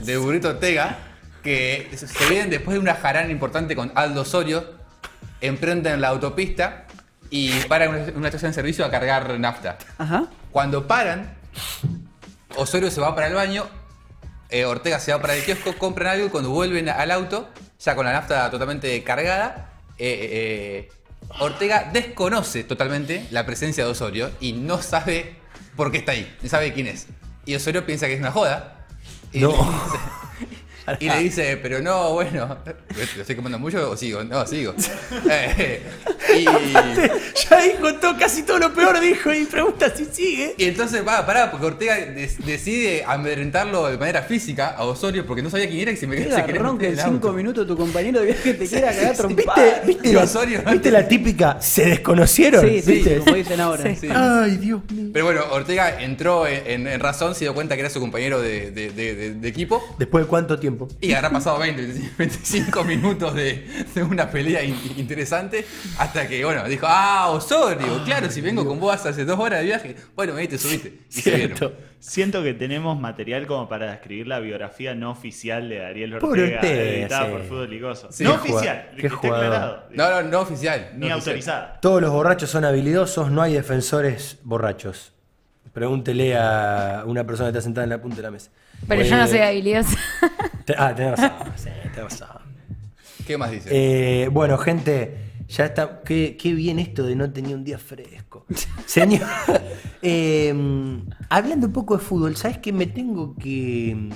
Speaker 2: de Burrito Ortega, que se vienen después de una jarana importante con Aldo Osorio, emprenden la autopista y paran en una, una estación de servicio a cargar nafta.
Speaker 4: Ajá.
Speaker 2: Cuando paran, Osorio se va para el baño, eh, Ortega se va para el kiosco, compran algo y cuando vuelven al auto, ya con la nafta totalmente cargada, eh, eh, Ortega desconoce totalmente la presencia de Osorio y no sabe por qué está ahí, no sabe quién es. Y Osorio piensa que es una joda. Y
Speaker 1: No.
Speaker 2: le dice- y le dice, pero no, bueno, ¿lo estoy comiendo mucho o sigo? No, sigo. Eh, y...
Speaker 1: ya ahí contó casi todo lo peor, dijo, y pregunta si sigue.
Speaker 2: Y entonces va, pará, porque Ortega des- decide amedrentarlo de manera física a Osorio porque no sabía quién era y se me
Speaker 4: Qué
Speaker 2: se quería
Speaker 4: garrón que
Speaker 2: meter
Speaker 4: en
Speaker 2: el auto.
Speaker 4: cinco minutos tu compañero de viaje te quiera cagar
Speaker 1: ¿Viste,
Speaker 4: trompada.
Speaker 1: viste,
Speaker 2: Y
Speaker 1: la,
Speaker 2: Osorio, ¿no?
Speaker 1: viste la típica? ¿Se desconocieron?
Speaker 4: Sí, sí,
Speaker 1: ¿Viste?
Speaker 4: como dicen ahora.
Speaker 2: Sí.
Speaker 1: Ay, Dios mío.
Speaker 2: Pero bueno, Ortega entró en, en- en razón, se dio cuenta que era su compañero de, de- de- de- de equipo
Speaker 1: ¿Después de cuánto tiempo?
Speaker 2: y habrá pasado 20, 25 minutos de, de una pelea in- interesante hasta que, bueno, dijo, ah, Osorio, claro, si vengo con vos hace dos horas de viaje, bueno, ahí te subiste. Y se vieron.
Speaker 1: Cierto.
Speaker 10: Siento que tenemos material como para describir la biografía no oficial de Ariel Ortega,
Speaker 1: Por Ortega,
Speaker 10: editada
Speaker 1: sí.
Speaker 10: por Fútbol y Gozo.
Speaker 2: Sí,
Speaker 10: no
Speaker 1: qué
Speaker 10: oficial,
Speaker 1: jugador,
Speaker 10: que
Speaker 1: qué
Speaker 10: esté
Speaker 1: jugador.
Speaker 10: aclarado.
Speaker 2: No, no, no oficial.
Speaker 10: Ni
Speaker 2: no oficial.
Speaker 10: autorizada.
Speaker 1: Todos los borrachos son habilidosos, no hay defensores borrachos. Pregúntele a una persona que está sentada en la punta de la mesa.
Speaker 3: Pero
Speaker 1: Eh,
Speaker 3: yo no soy habilidosa.
Speaker 1: te- ah, tenés razón. sí, tenés razón.
Speaker 2: ¿Qué más dice?
Speaker 1: Eh, bueno, gente, ya está. Qué, qué bien esto de no tener un día fresco. Señor, eh, hablando un poco de fútbol, ¿sabes qué? Me tengo que.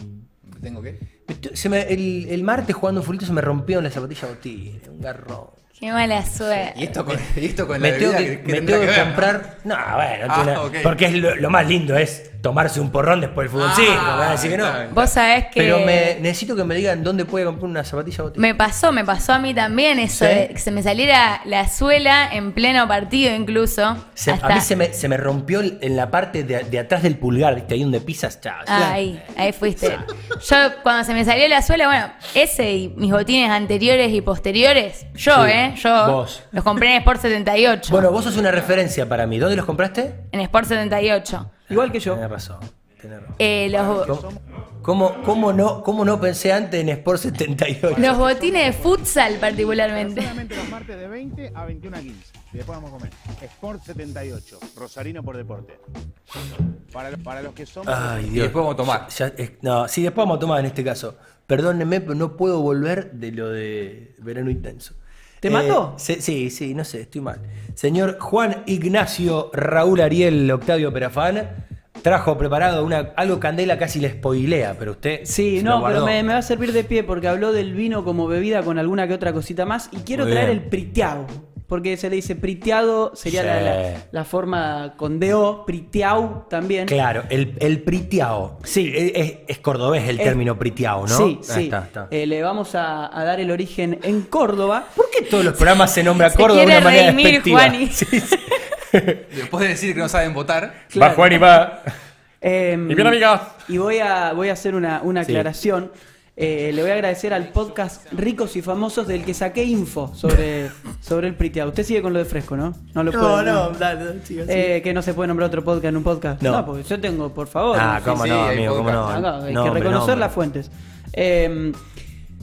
Speaker 2: ¿Tengo qué?
Speaker 1: me tu- se me- el, el martes jugando fulito se me rompieron la zapatilla botín, un garrón.
Speaker 3: Qué mala suerte.
Speaker 2: Y esto con, y esto con
Speaker 1: me
Speaker 2: la
Speaker 1: tengo
Speaker 2: bebida
Speaker 1: que, me
Speaker 2: tendrá
Speaker 1: tengo que
Speaker 2: ver, ¿no?
Speaker 1: comprar. No, bueno, no
Speaker 2: Ah,
Speaker 1: tiene-
Speaker 2: ok.
Speaker 1: porque es lo, lo más lindo es tomarse un porrón después del fútbol
Speaker 2: Ah,
Speaker 1: 5. me van a decir que no.
Speaker 2: está bien.
Speaker 3: Vos sabés que.
Speaker 1: Pero me, necesito que me digan dónde puedo comprar una zapatilla botín.
Speaker 3: Me pasó, me pasó a mí también eso,
Speaker 1: ¿Sí?
Speaker 3: de que se me saliera la suela en pleno partido incluso.
Speaker 1: Se-
Speaker 3: hasta-
Speaker 1: A mí se me, se me rompió el- en la parte de, de atrás del pulgar, ¿viste? Ahí donde pisas, chao.
Speaker 3: Ah, Ahí, ahí fuiste. Yo cuando se me salió la suela, bueno, ese y mis botines anteriores y posteriores, yo,
Speaker 1: Sí,
Speaker 3: ¿eh? Yo
Speaker 1: vos.
Speaker 3: los compré en Sport 78.
Speaker 1: Bueno, vos sos una referencia para mí. ¿Dónde los compraste?
Speaker 3: En Sport 78.
Speaker 4: Igual que yo.
Speaker 1: Tenés razón. tenés razón.
Speaker 3: Eh, los,
Speaker 1: ¿Cómo, cómo- cómo no, cómo no pensé antes en Sport 78?
Speaker 3: los botines de futsal particularmente.
Speaker 9: Solamente los martes de 20 a 21 a 15. Y después vamos a comer. Sport 78, Rosarino por Deporte. Para, para los que somos...
Speaker 10: Ah,
Speaker 1: Ay, Dios.
Speaker 2: Y después vamos a tomar.
Speaker 1: Ya- es- no, sí, después vamos a tomar en este caso. Perdónenme, pero no puedo volver de lo de verano intenso. Eh,
Speaker 4: ¿Te mató?
Speaker 1: se- sí, sí, no sé, estoy mal. Señor Juan Ignacio Raúl Ariel Octavio Perafán trajo preparado una, algo candela casi le spoilea, pero usted.
Speaker 4: Sí,
Speaker 1: se lo
Speaker 4: no, pero
Speaker 1: guardó.
Speaker 4: me, me va a servir de pie porque habló del vino como bebida con alguna que otra cosita más. Y quiero
Speaker 1: Muy
Speaker 4: traer
Speaker 1: bien.
Speaker 4: el priteado. Porque se le dice priteado, sería
Speaker 1: Sí.
Speaker 4: la, la- la forma con DO, priteau también.
Speaker 1: Claro, el, el pritiao.
Speaker 4: Sí.
Speaker 1: Es, es- es cordobés el
Speaker 4: Es-
Speaker 1: término pritiao, ¿no?
Speaker 4: Sí,
Speaker 1: Ah,
Speaker 4: sí.
Speaker 1: está, está.
Speaker 4: Eh, le vamos a, a dar el origen en Córdoba.
Speaker 1: ¿Por qué todos los programas se nombra
Speaker 3: Se
Speaker 1: Córdoba de una
Speaker 3: quiere
Speaker 1: manera
Speaker 3: redimir,
Speaker 1: despectiva?
Speaker 3: Juani.
Speaker 1: Sí, sí.
Speaker 2: Después de decir que no saben votar,
Speaker 4: Claro.
Speaker 1: y va.
Speaker 4: Em,
Speaker 1: Y bien, amigos.
Speaker 4: Y voy a, voy a hacer una, una
Speaker 1: Sí.
Speaker 4: aclaración. Eh, le voy a agradecer al podcast Ricos y Famosos del que saqué info sobre, sobre el priteado. Usted sigue con lo de fresco, ¿no? No lo puedo.
Speaker 1: dale,
Speaker 4: Eh, que no se puede nombrar otro podcast en un podcast.
Speaker 1: No.
Speaker 4: No, porque yo tengo, por favor.
Speaker 1: Ah,
Speaker 2: Sí,
Speaker 1: cómo
Speaker 2: sí,
Speaker 1: no,
Speaker 2: hay
Speaker 1: amigo, cómo no.
Speaker 2: podcast.
Speaker 4: Acá, hay
Speaker 1: No,
Speaker 4: que
Speaker 1: hombre,
Speaker 4: reconocer
Speaker 1: no, hombre.
Speaker 4: las fuentes. Eh,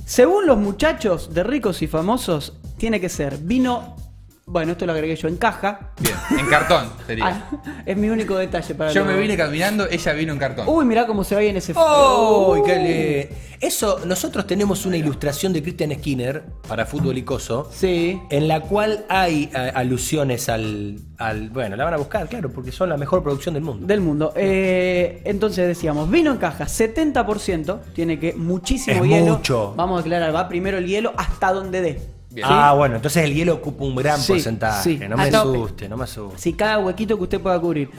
Speaker 4: según los muchachos de ricos y famosos, tiene que ser vino Bueno, esto lo agregué yo en caja.
Speaker 2: Bien, en cartón sería.
Speaker 4: Ah, es mi único detalle
Speaker 1: Ah.
Speaker 4: para
Speaker 2: Yo
Speaker 4: lo-
Speaker 2: me vine caminando, ella vino en cartón.
Speaker 4: Uy, mirá cómo se ve ahí en ese
Speaker 1: ¡Oh!
Speaker 4: Uh.
Speaker 1: qué le- Eso, nosotros tenemos una ilustración de Christian Skinner para fútbol icoso.
Speaker 4: Sí.
Speaker 1: En la cual hay eh, alusiones al, al- Bueno, la van a buscar, claro, porque son la mejor producción del mundo.
Speaker 4: Del mundo. Eh, entonces decíamos, vino en caja, 70%, tiene que muchísimo
Speaker 1: Es
Speaker 4: hielo.
Speaker 1: mucho.
Speaker 4: Vamos a aclarar, va primero el hielo hasta donde dé. ¿Sí?
Speaker 1: Ah, bueno, entonces el hielo ocupa un gran
Speaker 4: Sí,
Speaker 1: porcentaje.
Speaker 4: sí,
Speaker 1: no me
Speaker 4: a tope.
Speaker 1: asuste, no me asuste.
Speaker 4: Si cada huequito que usted pueda cubrir.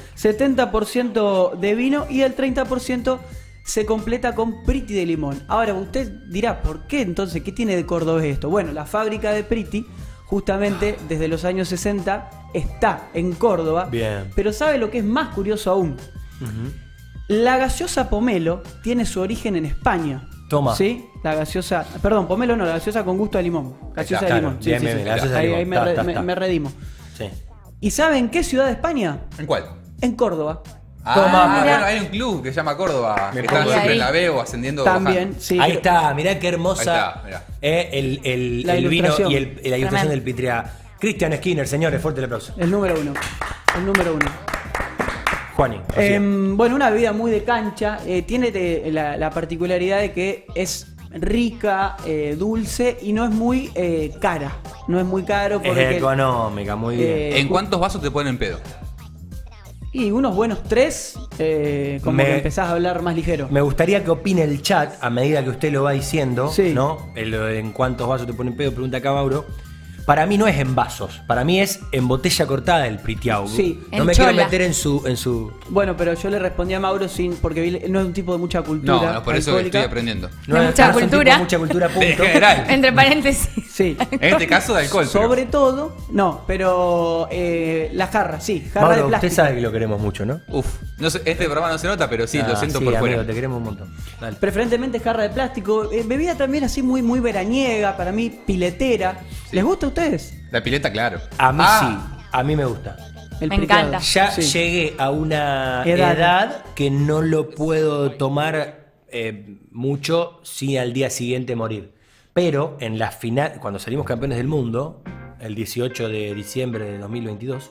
Speaker 4: 70% de vino y el 30% se completa con Priti de limón. Ahora usted dirá, ¿por qué entonces? ¿Qué tiene de cordobés esto? Bueno, la fábrica de Priti, justamente desde los años 60, está en Córdoba.
Speaker 1: Bien.
Speaker 4: Pero ¿sabe lo que es más curioso aún? La gaseosa pomelo tiene su origen en España.
Speaker 1: Toma.
Speaker 4: ¿Sí? La gaseosa. Perdón, pomelo no, la gaseosa con gusto a limón. Gaseosa
Speaker 1: Claro,
Speaker 4: de limón. Sí,
Speaker 1: bien,
Speaker 4: sí,
Speaker 1: bien,
Speaker 4: sí.
Speaker 1: bien, gaseosa de
Speaker 4: Ahí-
Speaker 1: limón.
Speaker 4: ahí me
Speaker 1: Ta,
Speaker 4: re-
Speaker 1: ta,
Speaker 4: me-
Speaker 1: ta.
Speaker 4: me redimo.
Speaker 1: Sí.
Speaker 4: ¿Y saben en qué ciudad de España?
Speaker 2: ¿En cuál?
Speaker 4: En Córdoba.
Speaker 2: Ah,
Speaker 1: Toma,
Speaker 2: bueno,
Speaker 1: mirá.
Speaker 2: hay un club que se llama Córdoba.
Speaker 1: Me
Speaker 2: que están
Speaker 1: pongo
Speaker 2: siempre
Speaker 3: ahí.
Speaker 2: en la veo ascendiendo. o
Speaker 4: También,
Speaker 2: bajando.
Speaker 4: sí.
Speaker 1: Ahí
Speaker 4: pero-
Speaker 1: está, mirá qué
Speaker 2: Ahí
Speaker 1: hermosa
Speaker 2: está, mirá.
Speaker 1: eh, el, el-
Speaker 4: La
Speaker 1: el vino
Speaker 4: ilustración.
Speaker 1: y el- la ilustración
Speaker 3: Tremendo.
Speaker 1: del Pitria. Christian Skinner, señores, fuerte el aplauso.
Speaker 4: El número uno. El número uno.
Speaker 1: Juani. así es.
Speaker 4: Em, bueno, una bebida muy de cancha. eh, tiene de- la, la particularidad de que es rica, eh, dulce y no es muy eh, cara. No es muy caro porque.
Speaker 1: es económica, muy bien.
Speaker 4: Eh,
Speaker 2: ¿En cuántos vasos te ponen pedo?
Speaker 4: Y unos buenos tres, eh, como
Speaker 1: Me-
Speaker 4: que empezás a hablar más ligero.
Speaker 1: Me gustaría que opine el chat a medida que usted lo va diciendo,
Speaker 4: Sí.
Speaker 1: ¿no? El- en cuántos vasos te ponen pedo, pregunta acá Mauro. Para mí no es en vasos, para mí es en botella cortada el pritiau.
Speaker 4: Sí,
Speaker 1: no
Speaker 3: en
Speaker 1: me quiero
Speaker 3: chola.
Speaker 1: meter en su, en su.
Speaker 4: Bueno, pero yo le respondí a Mauro sin. porque vi- no es un tipo de mucha cultura.
Speaker 2: No, no, por eso
Speaker 4: alcohólica.
Speaker 2: estoy aprendiendo.
Speaker 1: no
Speaker 3: De
Speaker 1: es-
Speaker 3: mucha
Speaker 1: no es un tipo
Speaker 3: cultura.
Speaker 1: de mucha cultura, punto.
Speaker 2: En general.
Speaker 3: Entre paréntesis.
Speaker 4: Sí.
Speaker 2: En este caso de alcohol. pero-
Speaker 4: Sobre todo, no, pero eh, la jarra, sí, jarra
Speaker 1: Mauro,
Speaker 4: de
Speaker 1: usted
Speaker 4: plástico.
Speaker 1: sabe que lo queremos mucho, ¿no?
Speaker 2: Uf, no sé, este programa no se nota, pero sí,
Speaker 1: Ah,
Speaker 2: lo siento
Speaker 1: sí,
Speaker 2: por
Speaker 1: amigo,
Speaker 2: fuera.
Speaker 1: Te queremos un montón. Dale.
Speaker 4: Preferentemente jarra de plástico. Eh, bebida también así muy, muy veraniega, para mí piletera. ¿Les gusta a ustedes?
Speaker 2: La pileta, claro.
Speaker 1: A mí
Speaker 2: Ah,
Speaker 1: sí, a mí me gusta.
Speaker 4: El
Speaker 3: Me
Speaker 4: picado.
Speaker 3: encanta.
Speaker 1: Ya
Speaker 4: Sí.
Speaker 1: llegué a una edad.
Speaker 4: Edad.
Speaker 1: que no lo puedo tomar eh, mucho sin al día siguiente morir. Pero en la final, cuando salimos campeones del mundo, el 18 de diciembre de 2022,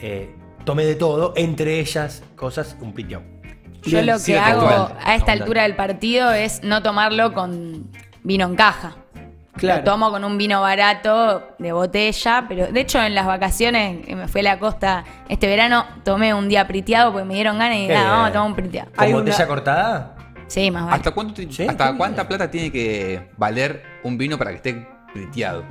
Speaker 1: eh, tomé de todo, entre ellas cosas un pitiao.
Speaker 3: Yo
Speaker 4: Bien,
Speaker 3: lo que
Speaker 2: sigue
Speaker 3: hago
Speaker 2: puntual.
Speaker 3: a esta
Speaker 1: Abundante.
Speaker 3: altura del partido es no tomarlo con vino en caja.
Speaker 4: Claro.
Speaker 3: Lo tomo con un vino barato de botella, pero de hecho en las vacaciones que me fui a la costa este verano tomé un día priteado porque me dieron ganas y
Speaker 1: Qué
Speaker 3: nada, vamos a
Speaker 1: bien.
Speaker 3: tomar un priteado. Ah,
Speaker 1: ¿Con
Speaker 4: Hay
Speaker 1: botella
Speaker 4: una-
Speaker 1: cortada?
Speaker 3: Sí, más vale.
Speaker 2: ¿Hasta, cuánto ti-
Speaker 1: Sí,
Speaker 2: hasta
Speaker 1: sí.
Speaker 2: cuánta plata tiene que valer un vino para que esté priteado?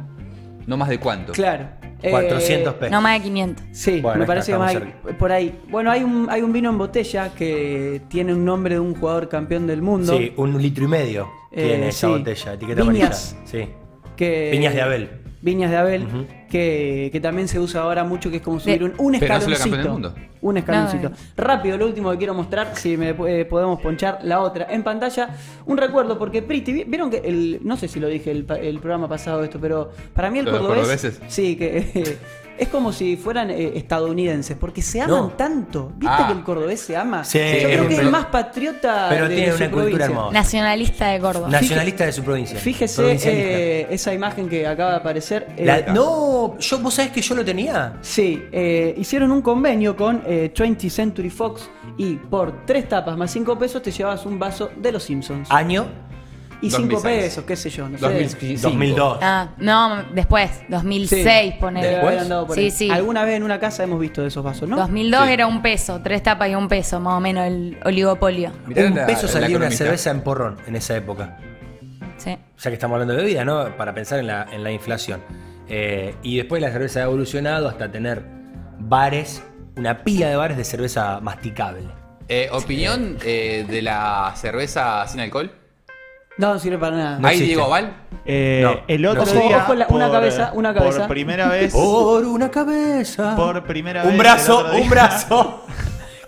Speaker 2: No más de cuánto.
Speaker 4: Claro. Eh,
Speaker 1: 400 pesos.
Speaker 3: No más de 500.
Speaker 4: Sí,
Speaker 1: Bueno,
Speaker 4: me parece que
Speaker 1: estamos
Speaker 4: más hay- por ahí. Bueno, hay un, hay un vino en botella que tiene un nombre de un jugador campeón del mundo.
Speaker 1: Sí, un litro y medio
Speaker 4: Eh,
Speaker 1: tiene esa
Speaker 4: sí.
Speaker 1: botella, etiqueta
Speaker 4: Viñas.
Speaker 1: amarilla. Sí.
Speaker 4: Que,
Speaker 1: Viñas de Abel.
Speaker 4: Viñas de Abel,
Speaker 1: Ujú.
Speaker 4: que, que también se usa ahora mucho, que es como subir
Speaker 3: De-
Speaker 4: un, un
Speaker 2: Pero no solo
Speaker 4: escaloncito.
Speaker 2: campeón del mundo.
Speaker 4: Un escaloncito.
Speaker 3: No, eh.
Speaker 4: Rápido, lo último que quiero mostrar, si me eh, podemos ponchar la otra en pantalla. Un recuerdo, porque Priti, vi- vieron que el, no sé si lo dije el, pa- el programa pasado esto, pero para mí el
Speaker 2: ¿Lo de los
Speaker 4: cordobés.
Speaker 2: cordobeses?
Speaker 4: Sí, que es como si fueran eh, estadounidenses, porque se aman
Speaker 1: No.
Speaker 4: tanto. ¿Viste
Speaker 2: Ah.
Speaker 4: que el cordobés se ama?
Speaker 1: Sí,
Speaker 4: Yo creo que es
Speaker 1: pero-
Speaker 4: el más patriota
Speaker 1: pero
Speaker 4: de
Speaker 1: tiene
Speaker 4: su
Speaker 1: una cultura
Speaker 4: provincia.
Speaker 1: hermosa.
Speaker 3: Nacionalista de Córdoba.
Speaker 1: Nacionalista de su provincia.
Speaker 4: Fíjese
Speaker 1: Provincialista.
Speaker 4: eh, esa imagen que acaba de aparecer. eh,
Speaker 1: La- no, yo, vos sabés que yo lo tenía.
Speaker 4: Sí, eh, hicieron un convenio con eh, 20th Century Fox y por tres tapas más cinco pesos te llevabas un vaso de los Simpsons.
Speaker 1: Año
Speaker 4: y cinco
Speaker 2: 2006.
Speaker 4: pesos, qué sé yo, no sé.
Speaker 2: 2005.
Speaker 1: 2002.
Speaker 3: Ah, no, después, 2006,
Speaker 4: Sí,
Speaker 3: ponele.
Speaker 4: debe haber
Speaker 1: ¿Después?
Speaker 4: andado por
Speaker 3: Sí,
Speaker 4: ahí.
Speaker 3: sí.
Speaker 4: Alguna vez en una casa hemos visto de esos vasos, ¿no?
Speaker 3: 2002
Speaker 2: Sí.
Speaker 3: era un peso, tres tapas y un peso, más o menos el oligopolio.
Speaker 2: Mirá
Speaker 1: un
Speaker 2: la-
Speaker 1: peso
Speaker 2: la
Speaker 1: salía una
Speaker 2: economista.
Speaker 1: cerveza en porrón en esa época.
Speaker 3: Sí.
Speaker 1: Ya que estamos hablando de bebida, ¿no? Para pensar en la, en la inflación. Eh, y después la cerveza ha evolucionado hasta tener bares, una pila de bares de cerveza masticable.
Speaker 2: Eh, ¿Opinión eh, de la cerveza sin alcohol?
Speaker 4: No, no sirve para nada.
Speaker 1: No
Speaker 2: Ahí
Speaker 1: existe.
Speaker 2: Diego Val.
Speaker 10: Eh,
Speaker 1: No,
Speaker 10: el otro
Speaker 4: no. Ojo,
Speaker 10: día,
Speaker 4: ojo, la- una
Speaker 10: por- Oh.
Speaker 4: cabeza, una cabeza.
Speaker 10: Por primera vez,
Speaker 1: Por una cabeza.
Speaker 10: por primera vez.
Speaker 1: un
Speaker 10: el
Speaker 1: brazo,
Speaker 10: otro día-
Speaker 1: un brazo.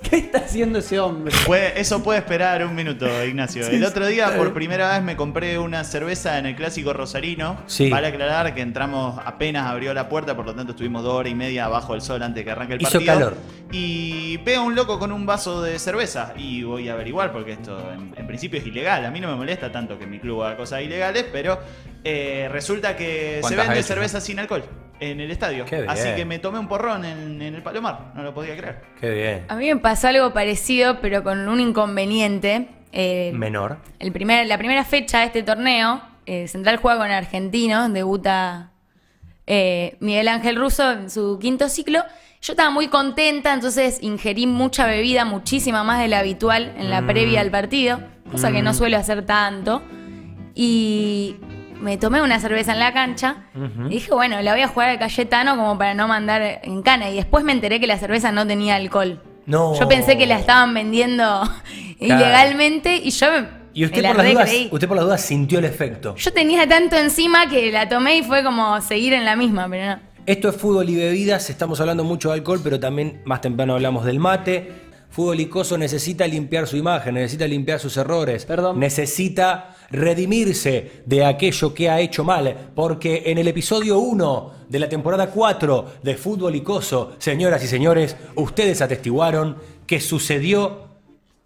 Speaker 4: ¿Qué está haciendo ese hombre?
Speaker 10: Puede- eso puede esperar un minuto, Ignacio. El otro día, por primera vez, me compré una cerveza en el clásico Rosarino.
Speaker 1: Sí.
Speaker 10: Para aclarar que entramos apenas abrió la puerta, por lo tanto estuvimos dos horas y media abajo del sol antes de que arranque el
Speaker 1: Hizo
Speaker 10: partido.
Speaker 1: calor.
Speaker 10: Y veo a un loco con un vaso de cerveza. Y voy a averiguar, porque esto en, en principio es ilegal. A mí no me molesta tanto que en mi club haga cosas ilegales, pero eh, resulta que se
Speaker 2: ¿Cuántas ha
Speaker 10: vende
Speaker 2: hecho?
Speaker 10: cerveza sin alcohol. en el estadio.
Speaker 1: Qué bien.
Speaker 10: Así que me tomé un porrón en, en el Palomar. No lo podía creer.
Speaker 1: Qué bien.
Speaker 3: A mí me pasó algo parecido, pero con un inconveniente. Eh,
Speaker 1: Menor.
Speaker 3: el primer, la primera fecha de este torneo, eh, Central juega con Argentinos, debuta eh, Miguel Ángel Russo en su quinto ciclo. Yo estaba muy contenta, entonces ingerí mucha bebida, muchísima más de la habitual en la
Speaker 11: Mm.
Speaker 3: previa al partido, cosa que no
Speaker 11: Mm.
Speaker 3: suelo hacer tanto. Y me tomé una cerveza en la cancha. Y dije, bueno, la voy a jugar al Cayetano como para no mandar en cana. Y después me enteré que la cerveza no tenía alcohol.
Speaker 1: No.
Speaker 3: Yo pensé que la estaban vendiendo ilegalmente y yo me,
Speaker 1: Y usted
Speaker 3: me la
Speaker 1: por, las dudas,
Speaker 3: recreí.
Speaker 1: usted por las dudas sintió el efecto.
Speaker 3: Yo tenía tanto encima que la tomé y fue como seguir en la misma, pero no.
Speaker 1: Esto es fútbol y bebidas, estamos hablando mucho de alcohol, pero también más temprano hablamos del mate. Fútbol Icoso necesita limpiar su imagen, necesita limpiar sus errores, necesita redimirse de aquello que ha hecho mal, porque en el episodio 1 de la temporada 4 de Fútbol Icoso, señoras y señores, ustedes atestiguaron que sucedió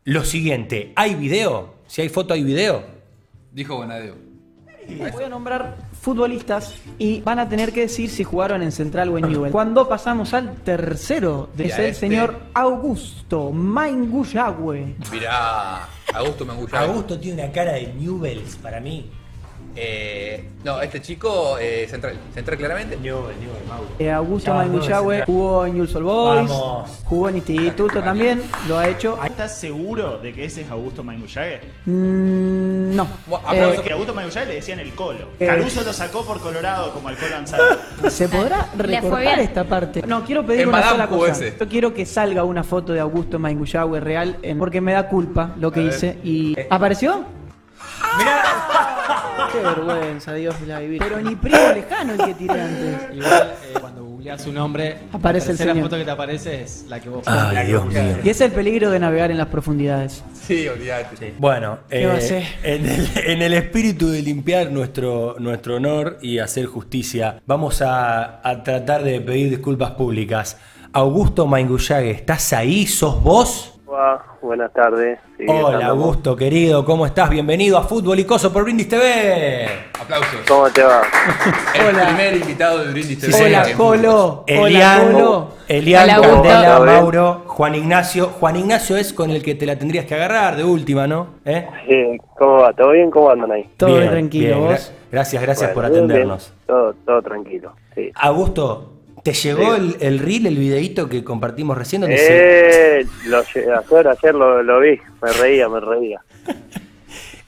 Speaker 1: lo siguiente. ¿Hay video? Si hay foto, hay video.
Speaker 2: Dijo Bonadeo.
Speaker 4: Voy a nombrar futbolistas y van a tener que decir si jugaron en Central o en Newell. Cuando pasamos al tercero,
Speaker 2: Y
Speaker 4: es
Speaker 2: a
Speaker 4: el
Speaker 2: este.
Speaker 4: señor Augusto Mainguyagüe.
Speaker 2: Mirá, Augusto me gusta.
Speaker 1: Augusto tiene una cara de Newells para mí.
Speaker 2: Eh, no, este chico, eh, central, central claramente.
Speaker 4: Eh, Augusto
Speaker 2: Vamos,
Speaker 4: Mainguyagüe
Speaker 2: Central.
Speaker 4: jugó en Newell's Old Boys,
Speaker 10: Vamos.
Speaker 4: jugó en Instituto también, lo ha hecho.
Speaker 10: ¿Estás seguro de que ese es Augusto Mangullague?
Speaker 4: Mm, no.
Speaker 10: Porque
Speaker 4: Eh,
Speaker 10: a Augusto Mangullague le decían el colo.
Speaker 4: Eh.
Speaker 10: Caruso lo sacó por Colorado como alcohol lanzado.
Speaker 4: ¿Se podrá
Speaker 10: Le fue
Speaker 4: recortar
Speaker 10: bien.
Speaker 4: esta parte? No, quiero pedir
Speaker 10: El
Speaker 4: una
Speaker 10: Madame
Speaker 4: sola cosa.
Speaker 10: QS.
Speaker 4: Yo quiero que salga una foto de Augusto Mainguyagüe real en- porque me da culpa lo que
Speaker 10: A ver.
Speaker 4: hice y ¿apareció? Mirá. Qué vergüenza, Dios la vivir. Pero ni primo lejano el que tiré antes.
Speaker 12: Igual, eh, cuando googleás su nombre,
Speaker 4: Aparece
Speaker 12: la
Speaker 4: el
Speaker 12: tercera
Speaker 4: señor.
Speaker 12: foto que te aparece es la que vos
Speaker 1: Ay,
Speaker 12: la que
Speaker 1: Dios
Speaker 12: vos-
Speaker 1: mío.
Speaker 4: Y es el peligro de navegar en las profundidades.
Speaker 2: Sí, olvídate.
Speaker 1: Bueno,
Speaker 4: ¿Qué
Speaker 1: eh,
Speaker 4: va a ser?
Speaker 1: en, el, en el espíritu de limpiar nuestro, nuestro honor y hacer justicia, vamos a, a tratar de pedir disculpas públicas. Augusto Maingullague, ¿estás ahí? ¿Sos vos?
Speaker 13: Buah, buenas tardes. Sí,
Speaker 1: Hola,
Speaker 13: estamos.
Speaker 1: Augusto, querido, ¿cómo estás? Bienvenido a Fútbol y Coso por Brindis TV.
Speaker 2: Aplausos.
Speaker 13: ¿Cómo te va?
Speaker 2: El primer invitado de Brindis
Speaker 1: Sí, señor.
Speaker 2: En-
Speaker 4: Oh,
Speaker 1: Elian, Elian,
Speaker 13: Hola, Augusto.
Speaker 1: Candela,
Speaker 13: Hola,
Speaker 1: Mauro, Juan Ignacio. Juan Ignacio es con el que te la tendrías que agarrar de última, ¿no? ¿Eh?
Speaker 13: Bien, ¿Cómo va? ¿Todo bien? ¿Cómo andan ahí?
Speaker 1: Todo Bien, tranquilo, bien, ¿vos? gra- gracias, gracias por
Speaker 13: bien,
Speaker 1: atendernos.
Speaker 13: bien. Todo, todo tranquilo. Sí.
Speaker 1: Augusto, ¿te llegó el, el reel, el videíto que compartimos recién? Donde se-
Speaker 13: Eh, lo, lle- ayer, ayer lo, lo vi, me reía, me reía.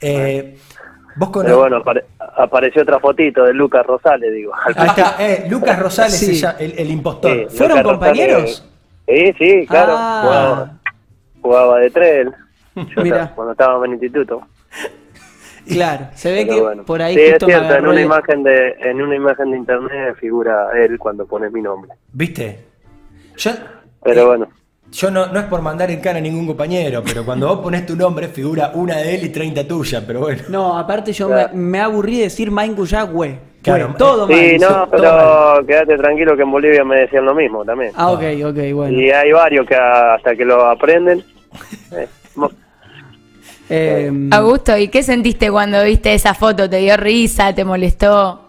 Speaker 1: eh, vos cono-
Speaker 13: Pero bueno, apare- apareció otra fotito de Lucas Rosales, digo.
Speaker 1: Ahí está, eh, Lucas Rosales, se llama, el, el impostor.
Speaker 13: Sí, Lucas Rosales, eh, Sí, sí, claro.
Speaker 1: Ah.
Speaker 13: Jugaba, jugaba de tres él. Yo ta- cuando estábamos en el instituto.
Speaker 4: Claro, se ve
Speaker 13: Pero
Speaker 4: que
Speaker 13: bueno.
Speaker 4: por ahí
Speaker 13: sí, es
Speaker 4: justo me
Speaker 13: cierto, en
Speaker 4: agarró
Speaker 13: una,
Speaker 4: el-
Speaker 13: imagen de, en una imagen de internet figura él cuando pones mi nombre.
Speaker 1: ¿Viste? Yo, eh,
Speaker 13: Pero bueno,
Speaker 1: yo no, no es por mandar en cara a ningún compañero, pero cuando vos pones tu nombre, figura una de él y 30 tuya, pero bueno.
Speaker 4: No, aparte yo me, me aburrí de decir Mainguyagüe.
Speaker 1: Claro, Ah,
Speaker 4: todo mal.
Speaker 13: sí,
Speaker 4: hizo,
Speaker 13: no,
Speaker 4: todo
Speaker 13: pero
Speaker 4: mal.
Speaker 13: quédate tranquilo que en Bolivia me decían lo mismo también.
Speaker 4: Ah, ok, ok, bueno.
Speaker 13: Y hay varios que a- hasta que lo aprenden. eh, mo-
Speaker 4: Eh, Mm.
Speaker 3: Augusto, ¿y qué sentiste cuando viste esa foto? ¿Te dio risa? ¿Te molestó?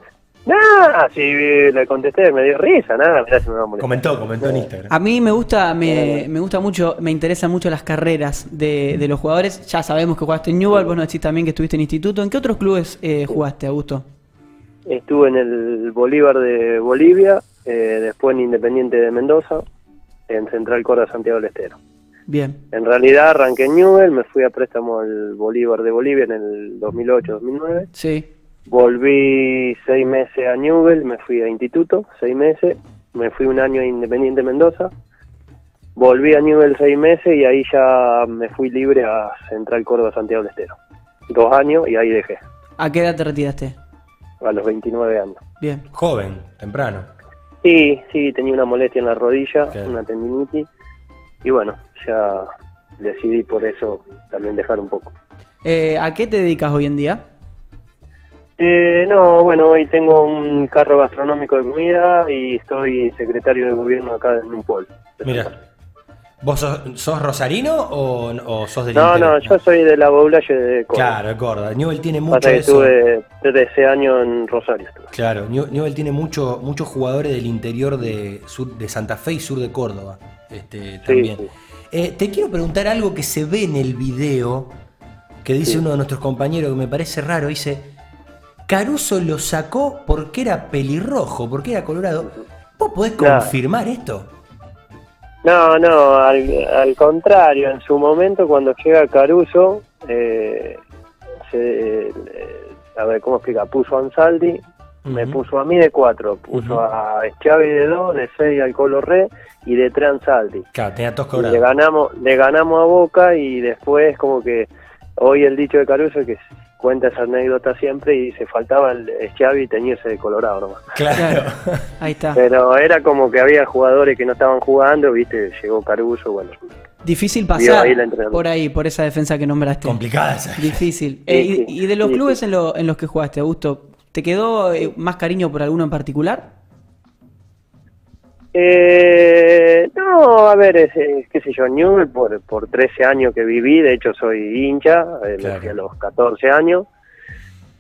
Speaker 13: nada, si le contesté, me dio risa, nada, mirá si me va a molestar.
Speaker 1: Comentó, comentó en Instagram.
Speaker 4: A mí me gusta, me, me gusta mucho, me interesan mucho las carreras de, de los jugadores. Ya sabemos que jugaste en Newell, vos nos decís también que estuviste en instituto. ¿En qué otros clubes eh, jugaste, Augusto?
Speaker 13: Estuve en el Bolívar de Bolivia, eh, después en Independiente de Mendoza, en Central Córdoba Santiago del Estero.
Speaker 4: Bien.
Speaker 13: En realidad arranqué en Newell, me fui a préstamo al Bolívar de Bolivia en el 2008-2009.
Speaker 4: Sí.
Speaker 13: Volví seis meses a Newell, me fui a instituto, seis meses. Me fui un año a Independiente Mendoza. Volví a Newell seis meses y ahí ya me fui libre a Central Córdoba Santiago del Estero. Dos años y ahí dejé,
Speaker 4: ¿A qué edad te retiraste?
Speaker 13: a los 29 años.
Speaker 4: Bien.
Speaker 1: Joven, temprano.
Speaker 13: Sí, sí, tenía una molestia en la rodilla,
Speaker 1: Claro.
Speaker 13: una tendinitis. Y bueno, ya decidí por eso también dejar un poco.
Speaker 4: Eh, ¿A qué te dedicas hoy en día?
Speaker 13: Eh, no, bueno, hoy tengo un carro gastronómico de comida y estoy secretario de gobierno acá en un pueblo.
Speaker 1: Mira. ¿Vos sos, sos rosarino o, o sos del
Speaker 13: No,
Speaker 1: interior?
Speaker 13: no, yo soy de la Boulaye de Córdoba.
Speaker 1: Claro, Córdoba. Newell tiene mucho
Speaker 13: Pasa
Speaker 1: de
Speaker 13: que
Speaker 1: eso.
Speaker 13: estuve 13 años en Rosario.
Speaker 1: Claro, New- Newell tiene mucho- muchos jugadores del interior de, sur, de Santa Fe y sur de Córdoba. Este, también. Eh, te quiero preguntar algo que se ve en el video que dice uno de nuestros compañeros que me parece raro. Dice, Caruso lo sacó porque era pelirrojo, porque era colorado. ¿Vos podés
Speaker 13: Claro.
Speaker 1: confirmar esto?
Speaker 13: No, no, al, al contrario, en su momento cuando llega Caruso, eh, se, eh, a ver, ¿cómo explica? Puso a Ansaldi, me puso a mí de cuatro, puso
Speaker 1: Ujú.
Speaker 13: a Xavi de dos, de seis al Colo Re y de tres a Ansaldi.
Speaker 1: Claro, tenía tos
Speaker 13: Y le
Speaker 1: colorado.
Speaker 13: ganamos, le ganamos a Boca y después como que hoy el dicho de Caruso que cuenta esa anécdota siempre y dice faltaba el Xavi teñirse de colorado nomás.
Speaker 1: Claro.
Speaker 4: Ahí está.
Speaker 13: Pero era como que había jugadores que no estaban jugando, viste, llegó Caruso, bueno.
Speaker 4: Difícil
Speaker 13: Vio
Speaker 4: pasar
Speaker 13: ahí la entrenadora.
Speaker 4: por ahí, por esa defensa que nombraste.
Speaker 1: Complicada esa.
Speaker 4: Difícil.
Speaker 13: Sí,
Speaker 4: Eh,
Speaker 13: sí,
Speaker 4: y, y de los
Speaker 13: sí,
Speaker 4: clubes en, lo- en los que jugaste, Augusto, ¿te quedó eh, más cariño por alguno en particular?
Speaker 13: Eh, no, a ver, es, es- qué sé yo, Newell, por, por 13 años que viví, de hecho soy hincha, eh, me fui a los 14 años,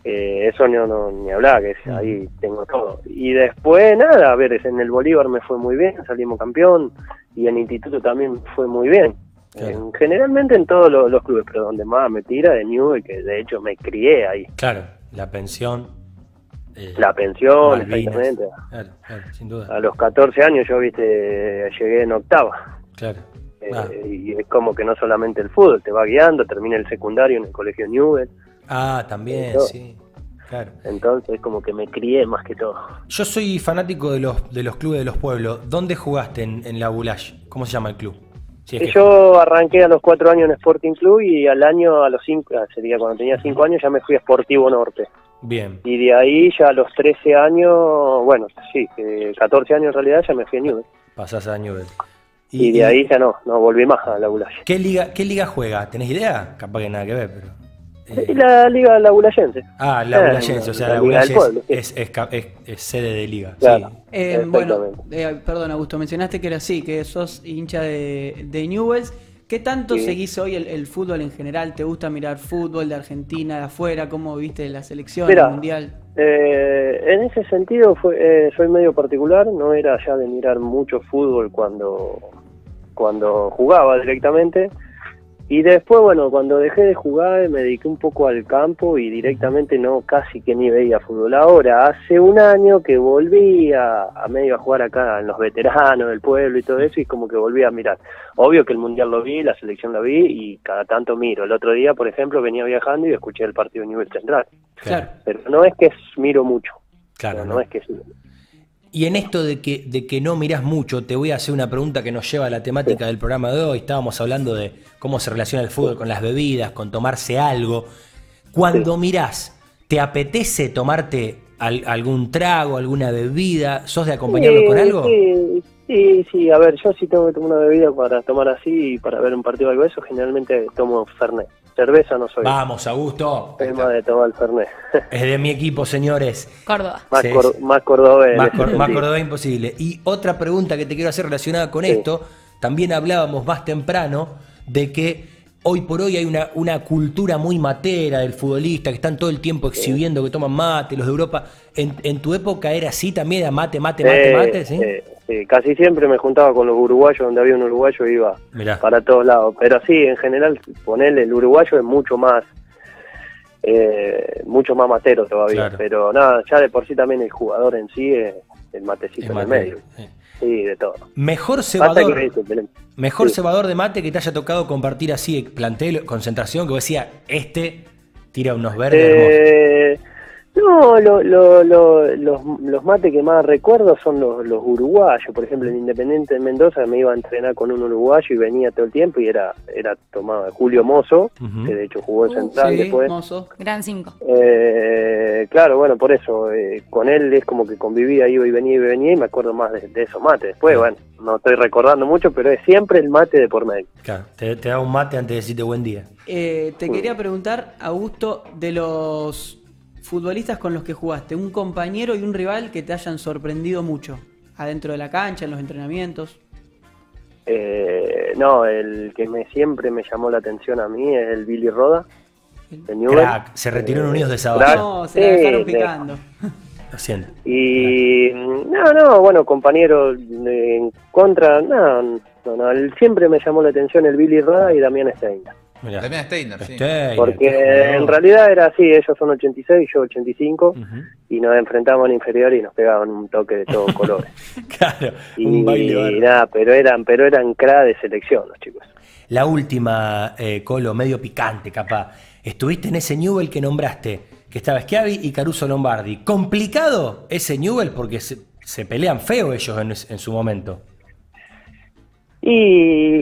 Speaker 13: eh, eso no, no- ni hablar, que es- ahí tengo todo. Y después, nada, a ver, es- en el Bolívar me fue muy bien, salimos campeón, y en Instituto también me fue muy bien. En- generalmente en todos los, los clubes, pero donde más me tira de Newell, que de hecho me crié ahí.
Speaker 1: Claro, la pensión. eh,
Speaker 13: La pensión,
Speaker 1: Malvinas.
Speaker 13: exactamente.
Speaker 1: Claro, claro, sin duda.
Speaker 13: A los 14 años yo, viste, llegué en octava.
Speaker 1: Claro.
Speaker 13: Eh,
Speaker 1: Ah.
Speaker 13: y es como que no solamente el fútbol, te va guiando, termina el secundario en el colegio Newell.
Speaker 1: Ah, también,
Speaker 13: Yo-
Speaker 1: sí. Claro.
Speaker 13: Entonces como que me crié más que todo.
Speaker 1: Yo soy fanático de los, de los clubes de los pueblos. ¿Dónde jugaste en, en la Boulaye? ¿Cómo se llama el club? Si es que-
Speaker 13: Yo arranqué a los cuatro años en Sporting Club y al año, a los cinco, ah, sería cuando tenía cinco años, ya me fui a Sportivo Norte.
Speaker 1: Bien,
Speaker 13: Y de ahí ya a los 13 años, bueno, sí, eh, 14 años en realidad ya me fui a Newell.
Speaker 1: pasás a Newell.
Speaker 13: Y, de ahí ya no, no volví más a la Bulaya.
Speaker 1: ¿Qué liga, ¿Qué liga juega? ¿Tenés idea? Capaz que nada que ver, pero. Eh.
Speaker 13: Y la liga labulayense.
Speaker 1: Ah, la
Speaker 13: Eh,
Speaker 1: Boulayense, o sea, la
Speaker 13: liga
Speaker 1: Boulaye
Speaker 13: del pueblo, sí.
Speaker 1: es, es, es cap- es- es sede de liga.
Speaker 13: Claro.
Speaker 1: Sí.
Speaker 4: Eh, bueno, eh, perdón, Augusto, mencionaste que era así, que sos hincha de, de Newells. ¿Qué tanto
Speaker 13: Sí.
Speaker 4: seguís hoy el, el fútbol en general? ¿Te gusta mirar fútbol de Argentina, de afuera? ¿Cómo viste la selección,
Speaker 13: Mirá,
Speaker 4: el mundial?
Speaker 13: Eh, en ese sentido fue, eh, soy medio particular, no era ya de mirar mucho fútbol cuando, cuando jugaba directamente. Y después, bueno, cuando dejé de jugar me dediqué un poco al campo y directamente no casi que ni veía fútbol. Ahora, hace un año que volví a, a medio a jugar acá en los veteranos del pueblo y todo eso y como que volví a mirar. Obvio que el Mundial lo vi, la selección lo vi y cada tanto miro. El otro día, por ejemplo, venía viajando y escuché el partido de nivel central
Speaker 1: Claro.
Speaker 13: pero no es que es- miro mucho.
Speaker 1: Claro,
Speaker 13: no,
Speaker 1: no.
Speaker 13: es que sí.
Speaker 1: Y en esto de que, de que no mirás mucho, te voy a hacer una pregunta que nos lleva a la temática del programa de hoy. Estábamos hablando de cómo se relaciona el fútbol con las bebidas, con tomarse algo. Cuando mirás, ¿te apetece tomarte al- algún trago, alguna bebida? ¿Sos de acompañarlo
Speaker 13: Sí,
Speaker 1: con algo?
Speaker 13: Sí, sí, sí, a ver, yo sí tengo que tomar una bebida para tomar así y para ver un partido o algo de eso, generalmente tomo Fernet. Cerveza no soy.
Speaker 1: Vamos, Augusto.
Speaker 13: Es más de tomar el Fernet.
Speaker 1: Es de mi equipo, señores.
Speaker 3: Córdoba.
Speaker 13: Más,
Speaker 1: Sí,
Speaker 13: cor-
Speaker 1: sí.
Speaker 13: más cordobés. en
Speaker 1: Más,
Speaker 13: ese
Speaker 1: cor- más
Speaker 13: sentido.
Speaker 1: cordobés imposible. Y otra pregunta que te quiero hacer relacionada con esto, también hablábamos más temprano de que hoy por hoy hay una, una cultura muy matera del futbolista, que están todo el tiempo exhibiendo que toman mate, los de Europa. ¿En, en tu época era así también? ¿Era mate, mate, mate,
Speaker 13: Eh,
Speaker 1: mate? ¿sí?
Speaker 13: eh, sí, casi siempre me juntaba con los uruguayos, donde había un uruguayo iba
Speaker 1: Mirá.
Speaker 13: para todos lados. Pero sí, en general, ponerle el uruguayo es mucho más eh, mucho más matero todavía.
Speaker 1: Claro.
Speaker 13: Pero nada, ya de por sí también el jugador en sí es el matecito
Speaker 1: Es
Speaker 13: en el
Speaker 1: matero,
Speaker 13: medio. Sí, de todo.
Speaker 1: Mejor
Speaker 13: Pasa que,
Speaker 1: cebador.
Speaker 13: viste, Belén,
Speaker 1: Mejor
Speaker 13: Sí.
Speaker 1: cebador de mate que te haya tocado compartir así, plantel, concentración, que vos decías, este tira unos verdes hermosos.
Speaker 13: Eh, no, lo- lo- lo- los, los mates que más recuerdo son los, los uruguayos. Por ejemplo, en Independiente de Mendoza me iba a entrenar con un uruguayo y venía todo el tiempo y era era tomado Julio Mozo,
Speaker 1: Ujú.
Speaker 13: que de hecho jugó en Central
Speaker 4: Uh, Sí,
Speaker 13: después.
Speaker 4: mozo.
Speaker 3: Gran 5.
Speaker 13: Eh, claro, bueno, por eso, eh, con él es como que convivía, iba y venía y venía y me acuerdo más de, de esos mates. Después, bueno, no estoy recordando mucho, pero es siempre el mate de por medio.
Speaker 1: Claro, te, te da un mate antes de decirte buen día.
Speaker 4: Eh, te quería preguntar, Augusto, de los futbolistas con los que jugaste, un compañero y un rival que te hayan sorprendido mucho, adentro de la cancha, en los entrenamientos.
Speaker 13: Eh, Eh, no, el que me siempre me llamó la atención a mí es el Billy Roda. de Newell's.
Speaker 1: Crack, se retiró en Unidos de
Speaker 13: Eh, Crack.
Speaker 1: Sabadell.
Speaker 4: se la dejaron
Speaker 13: Sí,
Speaker 4: picando.
Speaker 1: Lo siento.
Speaker 13: Y no, no, bueno, compañero de- en contra, no, no, no, el- siempre me llamó la atención el Billy Roda y Damián Steiner.
Speaker 2: Damián Steiner, sí.
Speaker 1: Este,
Speaker 13: Porque en realidad era así, ellos son 86 y yo 85 y nos enfrentamos en inferior y nos pegaban un toque de todos colores.
Speaker 1: claro,
Speaker 13: y,
Speaker 1: un baile bárbaro.
Speaker 13: nada, pero eran pero eran cra de selección los chicos.
Speaker 1: La última, eh, Colo, medio picante, capaz. Estuviste en ese Newell que nombraste, que estaba Schiavi y Caruso Lombardi. ¿Complicado ese Newell? Porque se, se pelean feo ellos en, es- en su momento.
Speaker 13: Y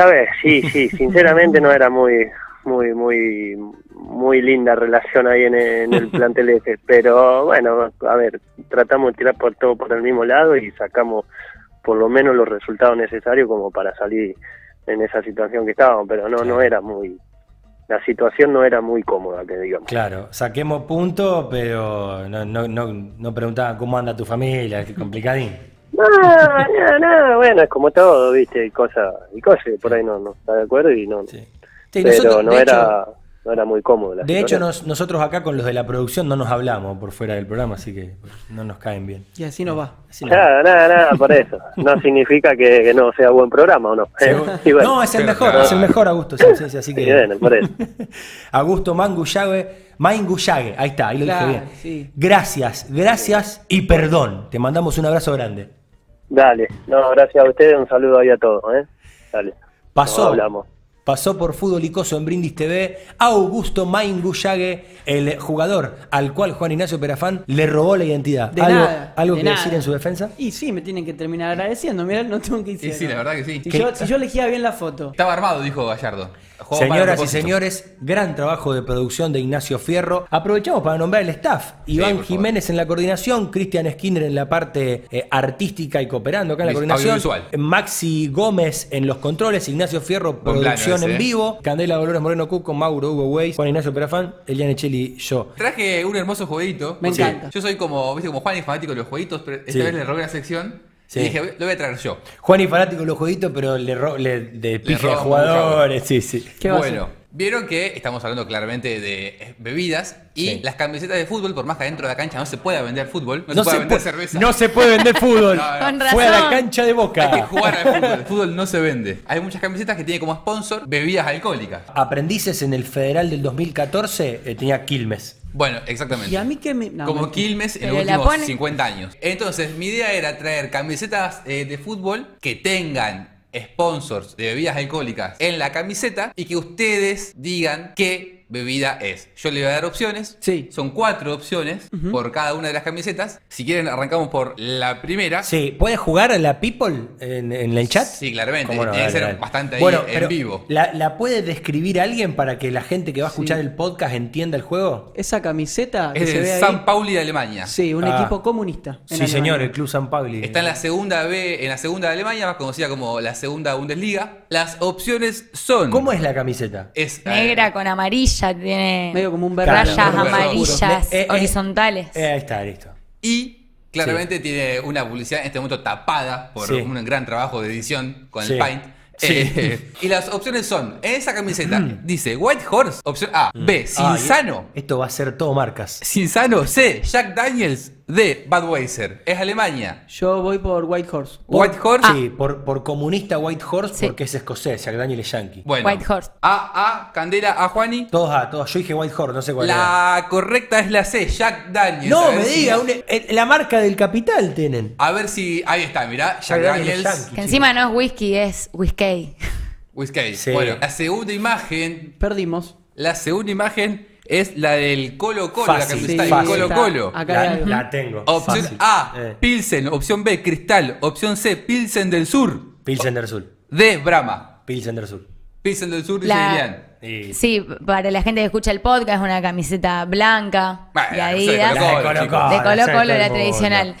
Speaker 13: a ver, sí, sí, sinceramente no era muy muy muy muy linda relación ahí en, en el plantel ese, pero bueno, a ver, tratamos de tirar por todo por el mismo lado y sacamos por lo menos los resultados necesarios como para salir en esa situación que estábamos, pero no no era muy la situación no era muy cómoda, que digamos.
Speaker 1: Claro, saquemos puntos, pero no, no, no, no preguntaban cómo anda tu familia, es complicadín.
Speaker 13: No, no, no, bueno, es como todo, viste, y cosas, y cosas que por ahí no, no está de acuerdo y no.
Speaker 1: Sí,
Speaker 13: pero
Speaker 1: nosotros,
Speaker 13: no
Speaker 1: de
Speaker 13: era no era muy cómodo. la
Speaker 1: De hecho,
Speaker 13: situación.
Speaker 1: nos- nosotros acá con los de la producción no nos hablamos por fuera del programa, así que no nos caen bien.
Speaker 4: Y así nos va.
Speaker 13: Nada, nada, nada, por eso. No significa que, que no sea buen programa, ¿o no? Y bueno.
Speaker 1: no, es el mejor, es el mejor Augusto, sí, sí, sí, así que...
Speaker 13: Y bueno, por eso.
Speaker 1: Augusto Mangullague, Mangullague, ahí está, ahí lo
Speaker 4: Claro,
Speaker 1: dije bien.
Speaker 4: sí.
Speaker 1: Gracias, gracias y perdón. Te mandamos un abrazo grande.
Speaker 13: Dale, no, gracias a ustedes, un saludo ahí a todos, ¿eh? Dale.
Speaker 1: Pasó.
Speaker 13: Nos hablamos.
Speaker 1: Pasó por Fútbol Icoso en Brindis TV Augusto Maingullague, el jugador al cual Juan Ignacio Perafán le robó la identidad.
Speaker 4: De
Speaker 1: ¿Algo,
Speaker 4: nada,
Speaker 1: algo
Speaker 4: de
Speaker 1: que
Speaker 4: nada.
Speaker 1: decir en su defensa?
Speaker 4: Y sí, me tienen que terminar agradeciendo. Mirá, no tengo que
Speaker 2: Sí,
Speaker 4: decir.
Speaker 2: sí, la verdad que sí.
Speaker 4: Si yo, si yo elegía bien la foto.
Speaker 2: Estaba armado, dijo Gallardo. Jugó para
Speaker 1: Señoras y
Speaker 2: propósito.
Speaker 1: señores, gran trabajo de producción de Ignacio Fierro. Aprovechamos para nombrar el staff. Iván Jiménez en la coordinación, Cristian Skinner en la parte eh, artística y cooperando acá en la
Speaker 2: Vis-
Speaker 1: coordinación.
Speaker 2: audiovisual.
Speaker 1: Maxi Gómez en los controles, Ignacio Fierro,
Speaker 2: plano
Speaker 1: producción
Speaker 2: ese,
Speaker 1: en
Speaker 2: eh.
Speaker 1: vivo. Candela Dolores Moreno Cuco, Mauro Hugo Weiss, Juan Ignacio Perafán, Eliane Cheli, yo.
Speaker 2: Traje un hermoso jueguito.
Speaker 1: Me
Speaker 2: Sí.
Speaker 1: encanta.
Speaker 2: Yo soy como, viste, como Juan y fanático de los jueguitos, pero esta
Speaker 1: Sí.
Speaker 2: vez le robé la sección.
Speaker 1: Sí.
Speaker 2: Y dije, lo voy a traer yo.
Speaker 1: Juan y fanático de los jueguitos, pero le, ro le, de pije a
Speaker 2: roba
Speaker 1: jugadores. Sí, sí.
Speaker 2: bueno, vieron que estamos hablando claramente de eh, bebidas y
Speaker 1: Sí.
Speaker 2: las camisetas de fútbol, por más que adentro de la cancha no se pueda vender fútbol, no,
Speaker 1: No
Speaker 2: se pueda
Speaker 1: se
Speaker 2: vender
Speaker 1: puede-
Speaker 2: cerveza.
Speaker 1: no se puede vender fútbol.
Speaker 2: No, no.
Speaker 1: Fue a la cancha Ah, de boca.
Speaker 2: Hay que jugar al fútbol. El fútbol no se vende. Hay muchas camisetas que tienen como sponsor bebidas alcohólicas.
Speaker 1: Aprendices en el Federal del 2014 eh, tenía Quilmes.
Speaker 2: Bueno, exactamente.
Speaker 4: Y a mí que me. no,
Speaker 2: como
Speaker 4: mentira.
Speaker 2: Quilmes en
Speaker 4: Pero
Speaker 2: los
Speaker 4: la
Speaker 2: últimos
Speaker 4: pone-
Speaker 2: 50 años. Entonces, mi idea era traer camisetas eh, de fútbol que tengan sponsors de bebidas alcohólicas en la camiseta y que ustedes digan qué bebida es. Yo le voy a dar opciones. Son cuatro opciones por cada una de las camisetas. Si quieren, arrancamos por la primera.
Speaker 1: Sí, ¿puedes jugar a la People en, en el chat?
Speaker 2: Sí, claramente.
Speaker 1: ¿Cómo no?
Speaker 2: Tiene que
Speaker 1: Dale,
Speaker 2: ser
Speaker 1: dale.
Speaker 2: bastante ahí
Speaker 1: Bueno,
Speaker 2: en
Speaker 1: pero
Speaker 2: vivo.
Speaker 1: ¿La, la puede describir alguien para que la gente que va a escuchar el podcast entienda el juego?
Speaker 4: Esa camiseta que
Speaker 2: Es
Speaker 4: se
Speaker 2: del
Speaker 4: ve ahí.
Speaker 2: San Pauli de Alemania.
Speaker 4: Sí, un
Speaker 1: Ah.
Speaker 4: equipo comunista. en
Speaker 1: Sí,
Speaker 4: Alemania.
Speaker 1: señor, el Club San Pauli.
Speaker 2: Está en la segunda B, en la segunda de Alemania, más conocida como la segunda Bundesliga. Las opciones son.
Speaker 1: ¿Cómo es la camiseta?
Speaker 2: Es
Speaker 3: Negra con amarilla, tiene
Speaker 4: Medio como un
Speaker 3: rayas
Speaker 1: Claro, claro.
Speaker 3: amarillas
Speaker 1: Eh, eh, eh.
Speaker 3: horizontales.
Speaker 1: Eh, ahí está, listo.
Speaker 2: Y claramente tiene una publicidad en este momento tapada por
Speaker 1: Sí.
Speaker 2: un gran trabajo de edición con
Speaker 1: Sí.
Speaker 2: el Paint.
Speaker 1: Sí. Mm.
Speaker 2: Eh, y las opciones son, en esa camiseta dice White Horse, opción A, B,
Speaker 1: Ah,
Speaker 2: Sinsano,
Speaker 1: y- Esto va a ser todo marcas.
Speaker 2: Sinsano, C, Jack Daniels, D, Budweiser, es Alemania.
Speaker 4: Yo voy por White Horse.
Speaker 2: White Horse.
Speaker 1: Sí, por, por comunista White Horse porque es escocés, Jack Daniel es yankee.
Speaker 2: Bueno, A, A, Candela, A, Juani.
Speaker 1: Todos A, todos. Yo dije White Horse, no sé cuál era.
Speaker 2: La correcta es la C, Jack Daniels. A
Speaker 1: No,
Speaker 2: ver
Speaker 1: me
Speaker 2: si-
Speaker 1: diga, una- eh, la marca del capital tienen.
Speaker 2: A ver si, ahí está, mirá,
Speaker 1: Jack
Speaker 2: Jack
Speaker 1: Daniels,
Speaker 2: Daniels,
Speaker 1: Yankee.
Speaker 3: Que encima no es whisky, es whisky.
Speaker 2: Whiskey. Bueno, la segunda imagen.
Speaker 4: Perdimos.
Speaker 2: La segunda imagen es la del Colo Colo, la
Speaker 1: Fácil,
Speaker 2: camiseta del
Speaker 1: fácil.
Speaker 2: Colo Colo.
Speaker 1: Acá hay La- algo. la tengo,
Speaker 2: Opción
Speaker 1: fácil.
Speaker 2: A,
Speaker 1: Eh.
Speaker 2: Pilsen. Opción B, Cristal. Opción C, Pilsen del Sur.
Speaker 1: Pilsen del Sur.
Speaker 2: D, Brahma.
Speaker 1: Pilsen del Sur.
Speaker 2: Pilsen del Sur, dice
Speaker 3: La-
Speaker 2: Lilian.
Speaker 3: Sí, para la gente que escucha el podcast, una camiseta blanca
Speaker 2: Bueno,
Speaker 3: de
Speaker 2: no sé, de
Speaker 3: Adidas.
Speaker 2: Colo-Colo,
Speaker 3: de
Speaker 1: Ah,
Speaker 2: chicos.
Speaker 3: Colo
Speaker 2: La
Speaker 3: Colo,
Speaker 2: de
Speaker 3: la
Speaker 2: Colo-Colo.
Speaker 3: tradicional.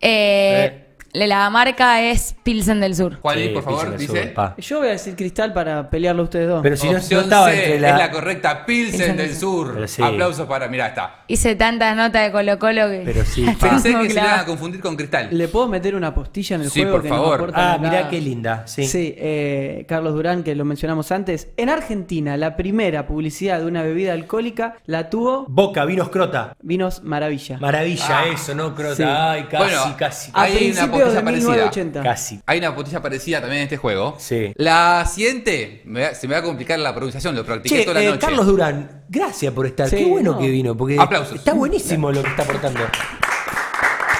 Speaker 3: Eh, La marca es Pilsen del Sur.
Speaker 2: Juan, por favor, dice.
Speaker 4: Yo voy a decir cristal para pelearlo a ustedes dos.
Speaker 1: Pero si no- no
Speaker 2: Opción
Speaker 1: estaba
Speaker 2: C
Speaker 1: entre
Speaker 2: es
Speaker 1: la-
Speaker 2: la correcta, Pilsen del Sur.
Speaker 1: Pero sí.
Speaker 2: Aplausos para, mirá, está.
Speaker 3: Hice tantas notas de Colo Colo que...
Speaker 1: Pero sí, pa.
Speaker 2: Pensé
Speaker 3: No,
Speaker 2: que se le
Speaker 3: claro.
Speaker 2: iban a confundir con Cristal.
Speaker 4: ¿Le puedo meter una postilla en el
Speaker 2: Sí,
Speaker 4: juego?
Speaker 2: por
Speaker 4: que no
Speaker 2: favor.
Speaker 4: aporta
Speaker 1: Ah,
Speaker 4: nada?
Speaker 1: mirá qué linda, sí.
Speaker 4: eh, Carlos Durán, que lo mencionamos antes. En Argentina, la primera publicidad de una bebida alcohólica la tuvo
Speaker 1: Boca, vinos Crota.
Speaker 4: Vinos Maravilla.
Speaker 1: Maravilla eso, ¿no, Crota?
Speaker 4: Sí.
Speaker 1: Ay, casi,
Speaker 2: Ah. Bueno,
Speaker 1: casi.
Speaker 4: A
Speaker 2: Hay una
Speaker 4: principios
Speaker 2: potilla
Speaker 4: de
Speaker 2: parecida.
Speaker 4: 1980.
Speaker 1: Casi.
Speaker 2: Hay una potilla parecida también en este juego. La siguiente, me va- se me va a complicar la pronunciación, lo practiqué
Speaker 1: Che,
Speaker 2: toda la
Speaker 1: eh,
Speaker 2: noche.
Speaker 1: Carlos Durán, gracias por estar.
Speaker 2: Sí,
Speaker 1: qué bueno
Speaker 2: no.
Speaker 1: que vino, porque
Speaker 2: Aplausos.
Speaker 1: está buenísimo lo que está aportando.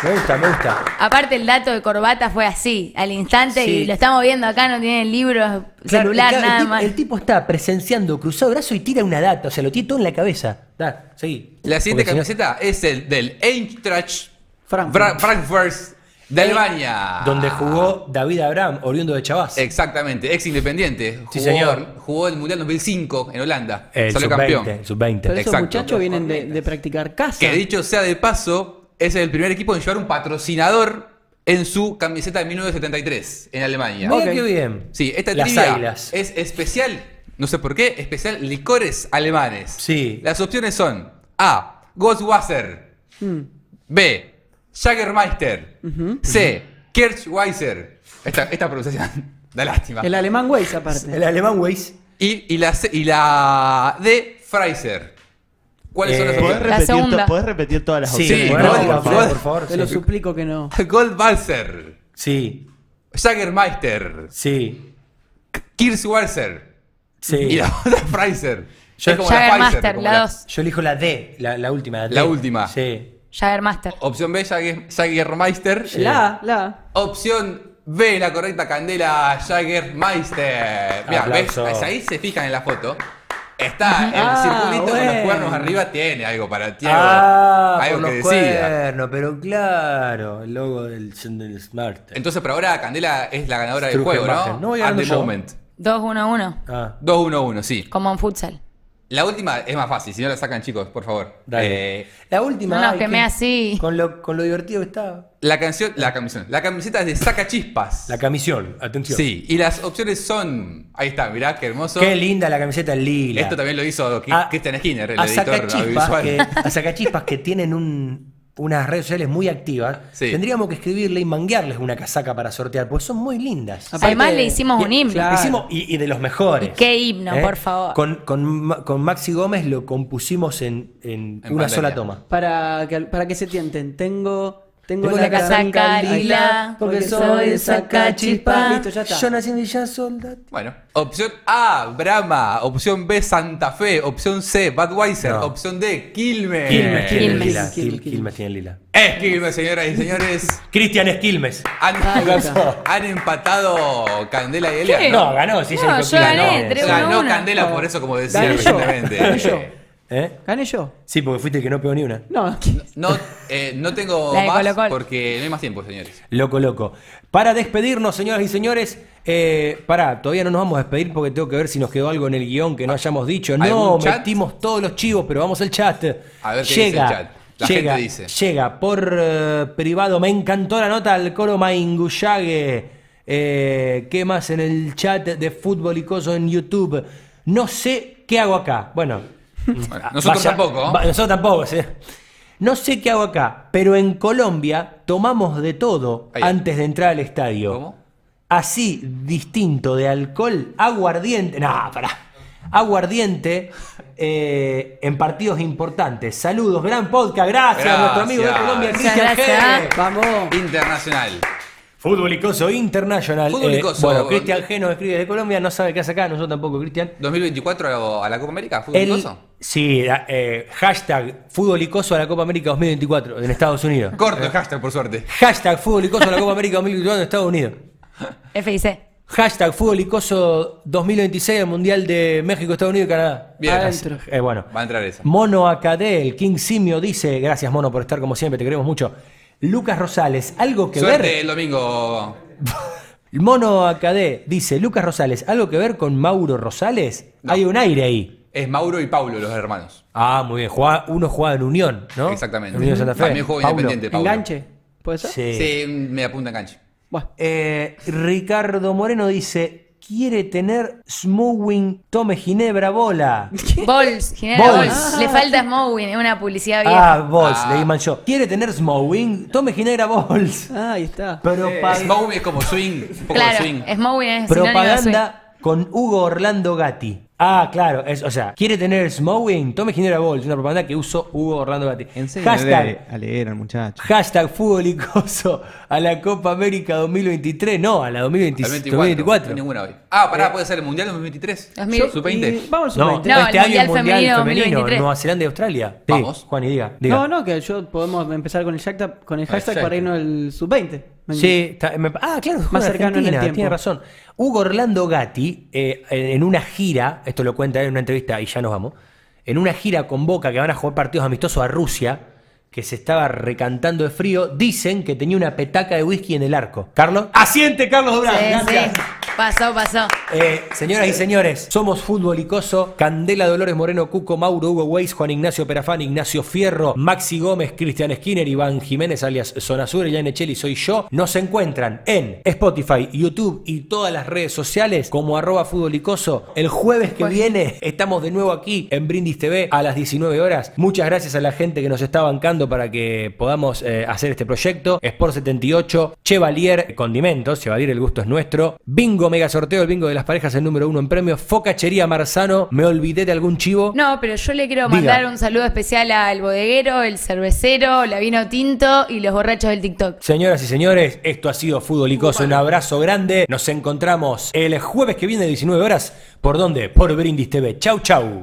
Speaker 1: Me gusta, me gusta.
Speaker 3: Aparte el dato de corbata fue así, al instante,
Speaker 1: Sí.
Speaker 3: y lo estamos viendo acá, no tienen libros,
Speaker 1: Claro,
Speaker 3: celular,
Speaker 1: el, ca- el
Speaker 3: nada
Speaker 1: tipo-
Speaker 3: más.
Speaker 1: el tipo está presenciando cruzado brazo y tira una data, o sea, lo tiene todo en la cabeza. Da, seguí.
Speaker 2: La siguiente
Speaker 1: Porque si no-
Speaker 2: camiseta es el del Eintracht
Speaker 1: Frankfurt.
Speaker 2: Fra- Frankfurt de Albania.
Speaker 1: Donde jugó David Abraham, oriundo de Chavaz.
Speaker 2: Exactamente, Ah. ex independiente.
Speaker 1: Sí,
Speaker 2: Jugó-
Speaker 1: señor.
Speaker 2: Jugó el Mundial 2005 en Holanda.
Speaker 1: El
Speaker 2: salió campeón.
Speaker 1: sub-20, sub-20.
Speaker 4: Pero esos
Speaker 2: Exacto.
Speaker 4: muchachos vienen de, de practicar casa.
Speaker 2: Que dicho sea de paso, es el primer equipo en llevar un patrocinador en su camiseta de 1973 en Alemania.
Speaker 1: Mira qué bien.
Speaker 2: Sí, esta
Speaker 1: Las
Speaker 2: trivia
Speaker 1: águilas.
Speaker 2: es especial, no sé por qué, especial licores alemanes.
Speaker 1: Sí.
Speaker 2: Las opciones son A. Goldwasser.
Speaker 4: Mm.
Speaker 2: B. Jagermeister.
Speaker 4: Ujú.
Speaker 2: C. Kirchweiser. Esta, esta pronunciación da lástima.
Speaker 4: El alemán Weiss, aparte.
Speaker 1: El alemán Weiss.
Speaker 2: Y, y la, C- y la D. Fraser. ¿Cuáles son las
Speaker 10: Eh, ¿podés
Speaker 2: opciones?
Speaker 10: repetir to- ¿Podés repetir todas las
Speaker 2: Sí,
Speaker 10: opciones?
Speaker 2: ¿podés repetir las opciones, por favor?
Speaker 4: Te lo
Speaker 2: Sí.
Speaker 4: suplico que no.
Speaker 2: Goldwasser.
Speaker 1: Sí.
Speaker 2: Jagermeister.
Speaker 1: Sí.
Speaker 2: Kirschweiser.
Speaker 1: Sí.
Speaker 2: Y la otra Fraser.
Speaker 1: Yo-
Speaker 2: Es como la Pfizer,
Speaker 3: Jagermeister,
Speaker 2: como
Speaker 3: la
Speaker 2: la-
Speaker 3: dos.
Speaker 1: Yo elijo la D, la, la última. D.
Speaker 2: La última.
Speaker 1: Sí.
Speaker 3: Jagermaster.
Speaker 2: Opción B, Jagger- Jagermeister.
Speaker 4: La, la.
Speaker 2: Opción B, la correcta candela Jagermeister. Mira, ves,
Speaker 1: Aplauso.
Speaker 2: ahí se fijan en la foto. Está el
Speaker 1: Ah,
Speaker 2: circulito con
Speaker 1: bueno.
Speaker 2: los cuernos arriba, tiene algo para ti, algo,
Speaker 1: Ah,
Speaker 2: algo
Speaker 1: por los
Speaker 2: que decida.
Speaker 1: cuernos, pero claro, el logo del, del Smart.
Speaker 2: Entonces, por ahora, Candela es la ganadora del
Speaker 1: Struje
Speaker 2: juego, ¿no?
Speaker 1: Magen. No voy
Speaker 2: At
Speaker 1: ganando
Speaker 2: the
Speaker 1: yo.
Speaker 2: moment.
Speaker 3: 2-1-1,
Speaker 1: Ah.
Speaker 2: 2-1-1, sí.
Speaker 3: como en futsal.
Speaker 2: La última es más fácil, si no la sacan, chicos, por favor. Eh,
Speaker 1: La última.
Speaker 3: No nos
Speaker 1: ay,
Speaker 3: quemé
Speaker 1: qué-
Speaker 3: así.
Speaker 1: Con lo, con lo divertido que estaba.
Speaker 2: La canción, la camisón, la camiseta es de Sacachispas.
Speaker 1: La camisión, atención.
Speaker 2: Sí, y las opciones son, ahí está, mirá qué hermoso.
Speaker 1: Qué linda la camiseta lila. Ah,
Speaker 2: Esto también lo hizo Ki- Christian Skinner, el
Speaker 1: a
Speaker 2: editor
Speaker 1: sacachispas,
Speaker 2: audiovisual.
Speaker 1: que, a sacachispas que tienen un- unas redes sociales muy activas,
Speaker 2: Sí.
Speaker 1: tendríamos que escribirle y manguearles una casaca para sortear, porque son muy lindas.
Speaker 4: Ah,
Speaker 3: Aparte- Además, le hicimos un himno.
Speaker 1: Le hicimos- y, y de los mejores.
Speaker 3: Y qué himno,
Speaker 1: ¿eh?
Speaker 3: por favor.
Speaker 1: Con, con Ma- con Maxi Gómez lo compusimos en, en
Speaker 2: En
Speaker 1: una
Speaker 2: pandemia.
Speaker 1: sola toma.
Speaker 4: Para que, para que se tienten. Tengo. Tengo,
Speaker 1: Tengo
Speaker 4: la
Speaker 1: la casaca
Speaker 4: casaca lila,
Speaker 1: lila,
Speaker 4: porque soy de sacachispa. Listo, ya está.
Speaker 1: Yo nací en Villa Soldad.
Speaker 2: Bueno, opción A, Brahma. Opción B, Santa Fe. Opción C, Budweiser. Opción D, Quilmes.
Speaker 1: Quilmes, tiene lila. Quil-
Speaker 2: Quilmes.
Speaker 1: Quilmes tiene lila.
Speaker 2: Es Quilmes, señoras y señores.
Speaker 1: Cristian es Quilmes.
Speaker 2: Han,
Speaker 1: Ahí está.
Speaker 2: han empatado Candela y Elia.
Speaker 1: ¿Qué? No, ganó, sí, No, se dijo yo Quilmes. gané, tres,
Speaker 2: Ganó
Speaker 1: uno, uno.
Speaker 2: Candela por eso, como decía
Speaker 1: Gané yo,
Speaker 2: recientemente.
Speaker 1: gané yo. ¿Eh?
Speaker 4: ¿Gané yo?
Speaker 1: Sí, porque fuiste el que no pegó ni una.
Speaker 4: No,
Speaker 2: No, eh, no tengo
Speaker 1: La de
Speaker 2: más
Speaker 1: Colo Colo.
Speaker 2: porque no hay más tiempo, señores.
Speaker 1: Loco, loco. Para despedirnos, señoras y señores, eh, pará, todavía no nos vamos a despedir porque tengo que ver si nos quedó algo en el guión que no hayamos dicho. No,
Speaker 2: ¿Algún chat?
Speaker 1: metimos todos los chivos, pero vamos al chat.
Speaker 2: A ver qué dice
Speaker 1: llega,
Speaker 2: el chat. La
Speaker 1: llega,
Speaker 2: gente dice.
Speaker 1: Llega por eh, privado, me encantó la nota al coro Mainguyague. Eh, ¿Qué más en el chat de Fútbol y Coso en YouTube? No sé qué hago acá. Bueno,
Speaker 2: Nosotros
Speaker 1: Mm. vaya-
Speaker 2: tampoco. ¿eh?
Speaker 1: va- nosotros tampoco, sí. No sé qué hago acá, pero en Colombia tomamos de todo antes de entrar al estadio. Así, distinto de alcohol, aguardiente. No, pará. Aguardiente eh, en partidos importantes. Saludos, gran podcast. Gracias, a nuestro amigo de
Speaker 2: Gracias.
Speaker 1: Colombia,
Speaker 2: Muchas
Speaker 1: Cristian
Speaker 2: gracias.
Speaker 1: G.
Speaker 4: Vamos.
Speaker 2: Internacional.
Speaker 1: Futbolicoso Internacional. eh,
Speaker 2: Futbolicoso.
Speaker 1: bueno, Cristian G nos escribe de Colombia, no sabe qué hace acá, nosotros tampoco, Cristian.
Speaker 2: 2024 a la- a la Copa América, fútbol
Speaker 1: El-
Speaker 2: picoso?
Speaker 1: sí, da- eh, hashtag Futbolicoso a la Copa América 2024 en Estados Unidos.
Speaker 2: Corto el hashtag, por suerte.
Speaker 1: Hashtag Futbolicoso a la Copa América 2024 en Estados Unidos.
Speaker 3: FIC.
Speaker 1: Hashtag Futbolicoso 2026 al Mundial de México, Estados Unidos y Canadá.
Speaker 2: Bien.
Speaker 1: Adentro. Eh, bueno.
Speaker 2: Va a entrar esa.
Speaker 1: Mono Acadé, el King Simio dice, gracias Mono por estar como siempre, te queremos mucho. Lucas Rosales, algo que
Speaker 2: Suerte
Speaker 1: ver.
Speaker 2: el domingo.
Speaker 1: Mono Acadé dice, Lucas Rosales, ¿algo que ver con Mauro Rosales? Hay un aire ahí.
Speaker 2: Es Mauro y Paulo, los hermanos.
Speaker 1: Ah, muy bien. Jugaba- uno jugaba en Unión, ¿no?
Speaker 2: Exactamente.
Speaker 1: En Unión Santa Fe.
Speaker 2: También jugó
Speaker 1: Paulo.
Speaker 2: Independiente, Paulo.
Speaker 4: Enganche. ¿Puede
Speaker 1: ser?
Speaker 2: Sí,
Speaker 1: Sí.
Speaker 2: me punta en cancha.
Speaker 1: Eh, Ricardo Moreno dice: Quiere tener Smowing Tome Ginebra Bola.
Speaker 3: Bols, Ginebra Bols.
Speaker 1: Bols.
Speaker 3: Le falta Smowing, es una publicidad vieja.
Speaker 1: Ah, Bols, leí mal yo. Quiere tener Smowing Tome Ginebra Bols.
Speaker 4: Ah, ahí está.
Speaker 1: Pero
Speaker 2: Eh,
Speaker 1: pa-
Speaker 2: Smoke es como swing, un poco
Speaker 3: Claro,
Speaker 2: swing.
Speaker 3: Smowing es sinónimo de swing.
Speaker 1: Propaganda con Hugo Orlando Gatti. Ah, claro, es, o sea, quiere tener Smowing, tome Ginebra Bols, una propaganda que usó Hugo Orlando Gatti. Hashtag,
Speaker 12: A leer al muchacho.
Speaker 1: hashtag futbolicoso a la Copa América 2023, no, a la 2020
Speaker 2: Al 24,
Speaker 1: 2024.
Speaker 2: Ninguna hoy. Ah,
Speaker 1: Eh.
Speaker 2: pará, puede ser el Mundial 2023.
Speaker 3: Yo-
Speaker 2: Sub-20.
Speaker 4: y vamos al
Speaker 1: No,
Speaker 4: sub-20.
Speaker 1: este
Speaker 3: el
Speaker 1: año el Mundial
Speaker 3: Mundial Femenino
Speaker 1: Femenino,
Speaker 3: 2023.
Speaker 1: Nueva Zelanda y Australia. Sí,
Speaker 2: Vamos.
Speaker 1: Juan, y diga. diga.
Speaker 4: No, no, que yo podemos empezar con el hashtag, con el hashtag
Speaker 1: Exacto.
Speaker 4: para irnos al sub-20.
Speaker 1: Sí, está- me- ah, claro,
Speaker 4: Más
Speaker 1: más
Speaker 4: cercano en el
Speaker 1: cercano
Speaker 4: tiempo.
Speaker 1: Tiene razón. Hugo Orlando Gatti, eh, en una gira, esto lo cuenta él en una entrevista y ya nos vamos, en una gira con Boca que van a jugar partidos amistosos a Rusia, que se estaba recantando de frío, dicen que tenía una petaca de whisky en el arco. Carlos, asiente Carlos Durán.
Speaker 3: Sí,
Speaker 1: gracias.
Speaker 3: sí. Pasó, pasó.
Speaker 1: Eh, señoras y señores, somos Fútbol Icoso, Candela Dolores Moreno, Cuco Mauro, Hugo Weiss, Juan Ignacio Perafán, Ignacio Fierro, Maxi Gómez, Cristian Skinner, Iván Jiménez alias Zona Sur, Eliane Cheli, soy yo. Nos encuentran en Spotify, YouTube y todas las redes sociales como arroba Fútbol Icoso. El jueves que viene estamos de nuevo aquí en Brindis TV a las 19 horas. Muchas gracias a la gente que nos está bancando para que podamos eh, hacer este proyecto. Sport 78, Chevalier Condimentos, Chevalier el gusto es nuestro. Bingo Mega Sorteo, el bingo de las parejas, el número uno en premios. Focachería Marzano, me olvidé de algún chivo.
Speaker 3: No, pero yo le quiero
Speaker 1: Diga.
Speaker 3: mandar un saludo especial al bodeguero, el cervecero, la vino tinto y los borrachos del TikTok.
Speaker 1: Señoras y señores, esto ha sido Futbolicoso. Un abrazo grande. Nos encontramos el jueves que viene, 19 horas. ¿Por dónde? Por Brindis TV. Chau, chau.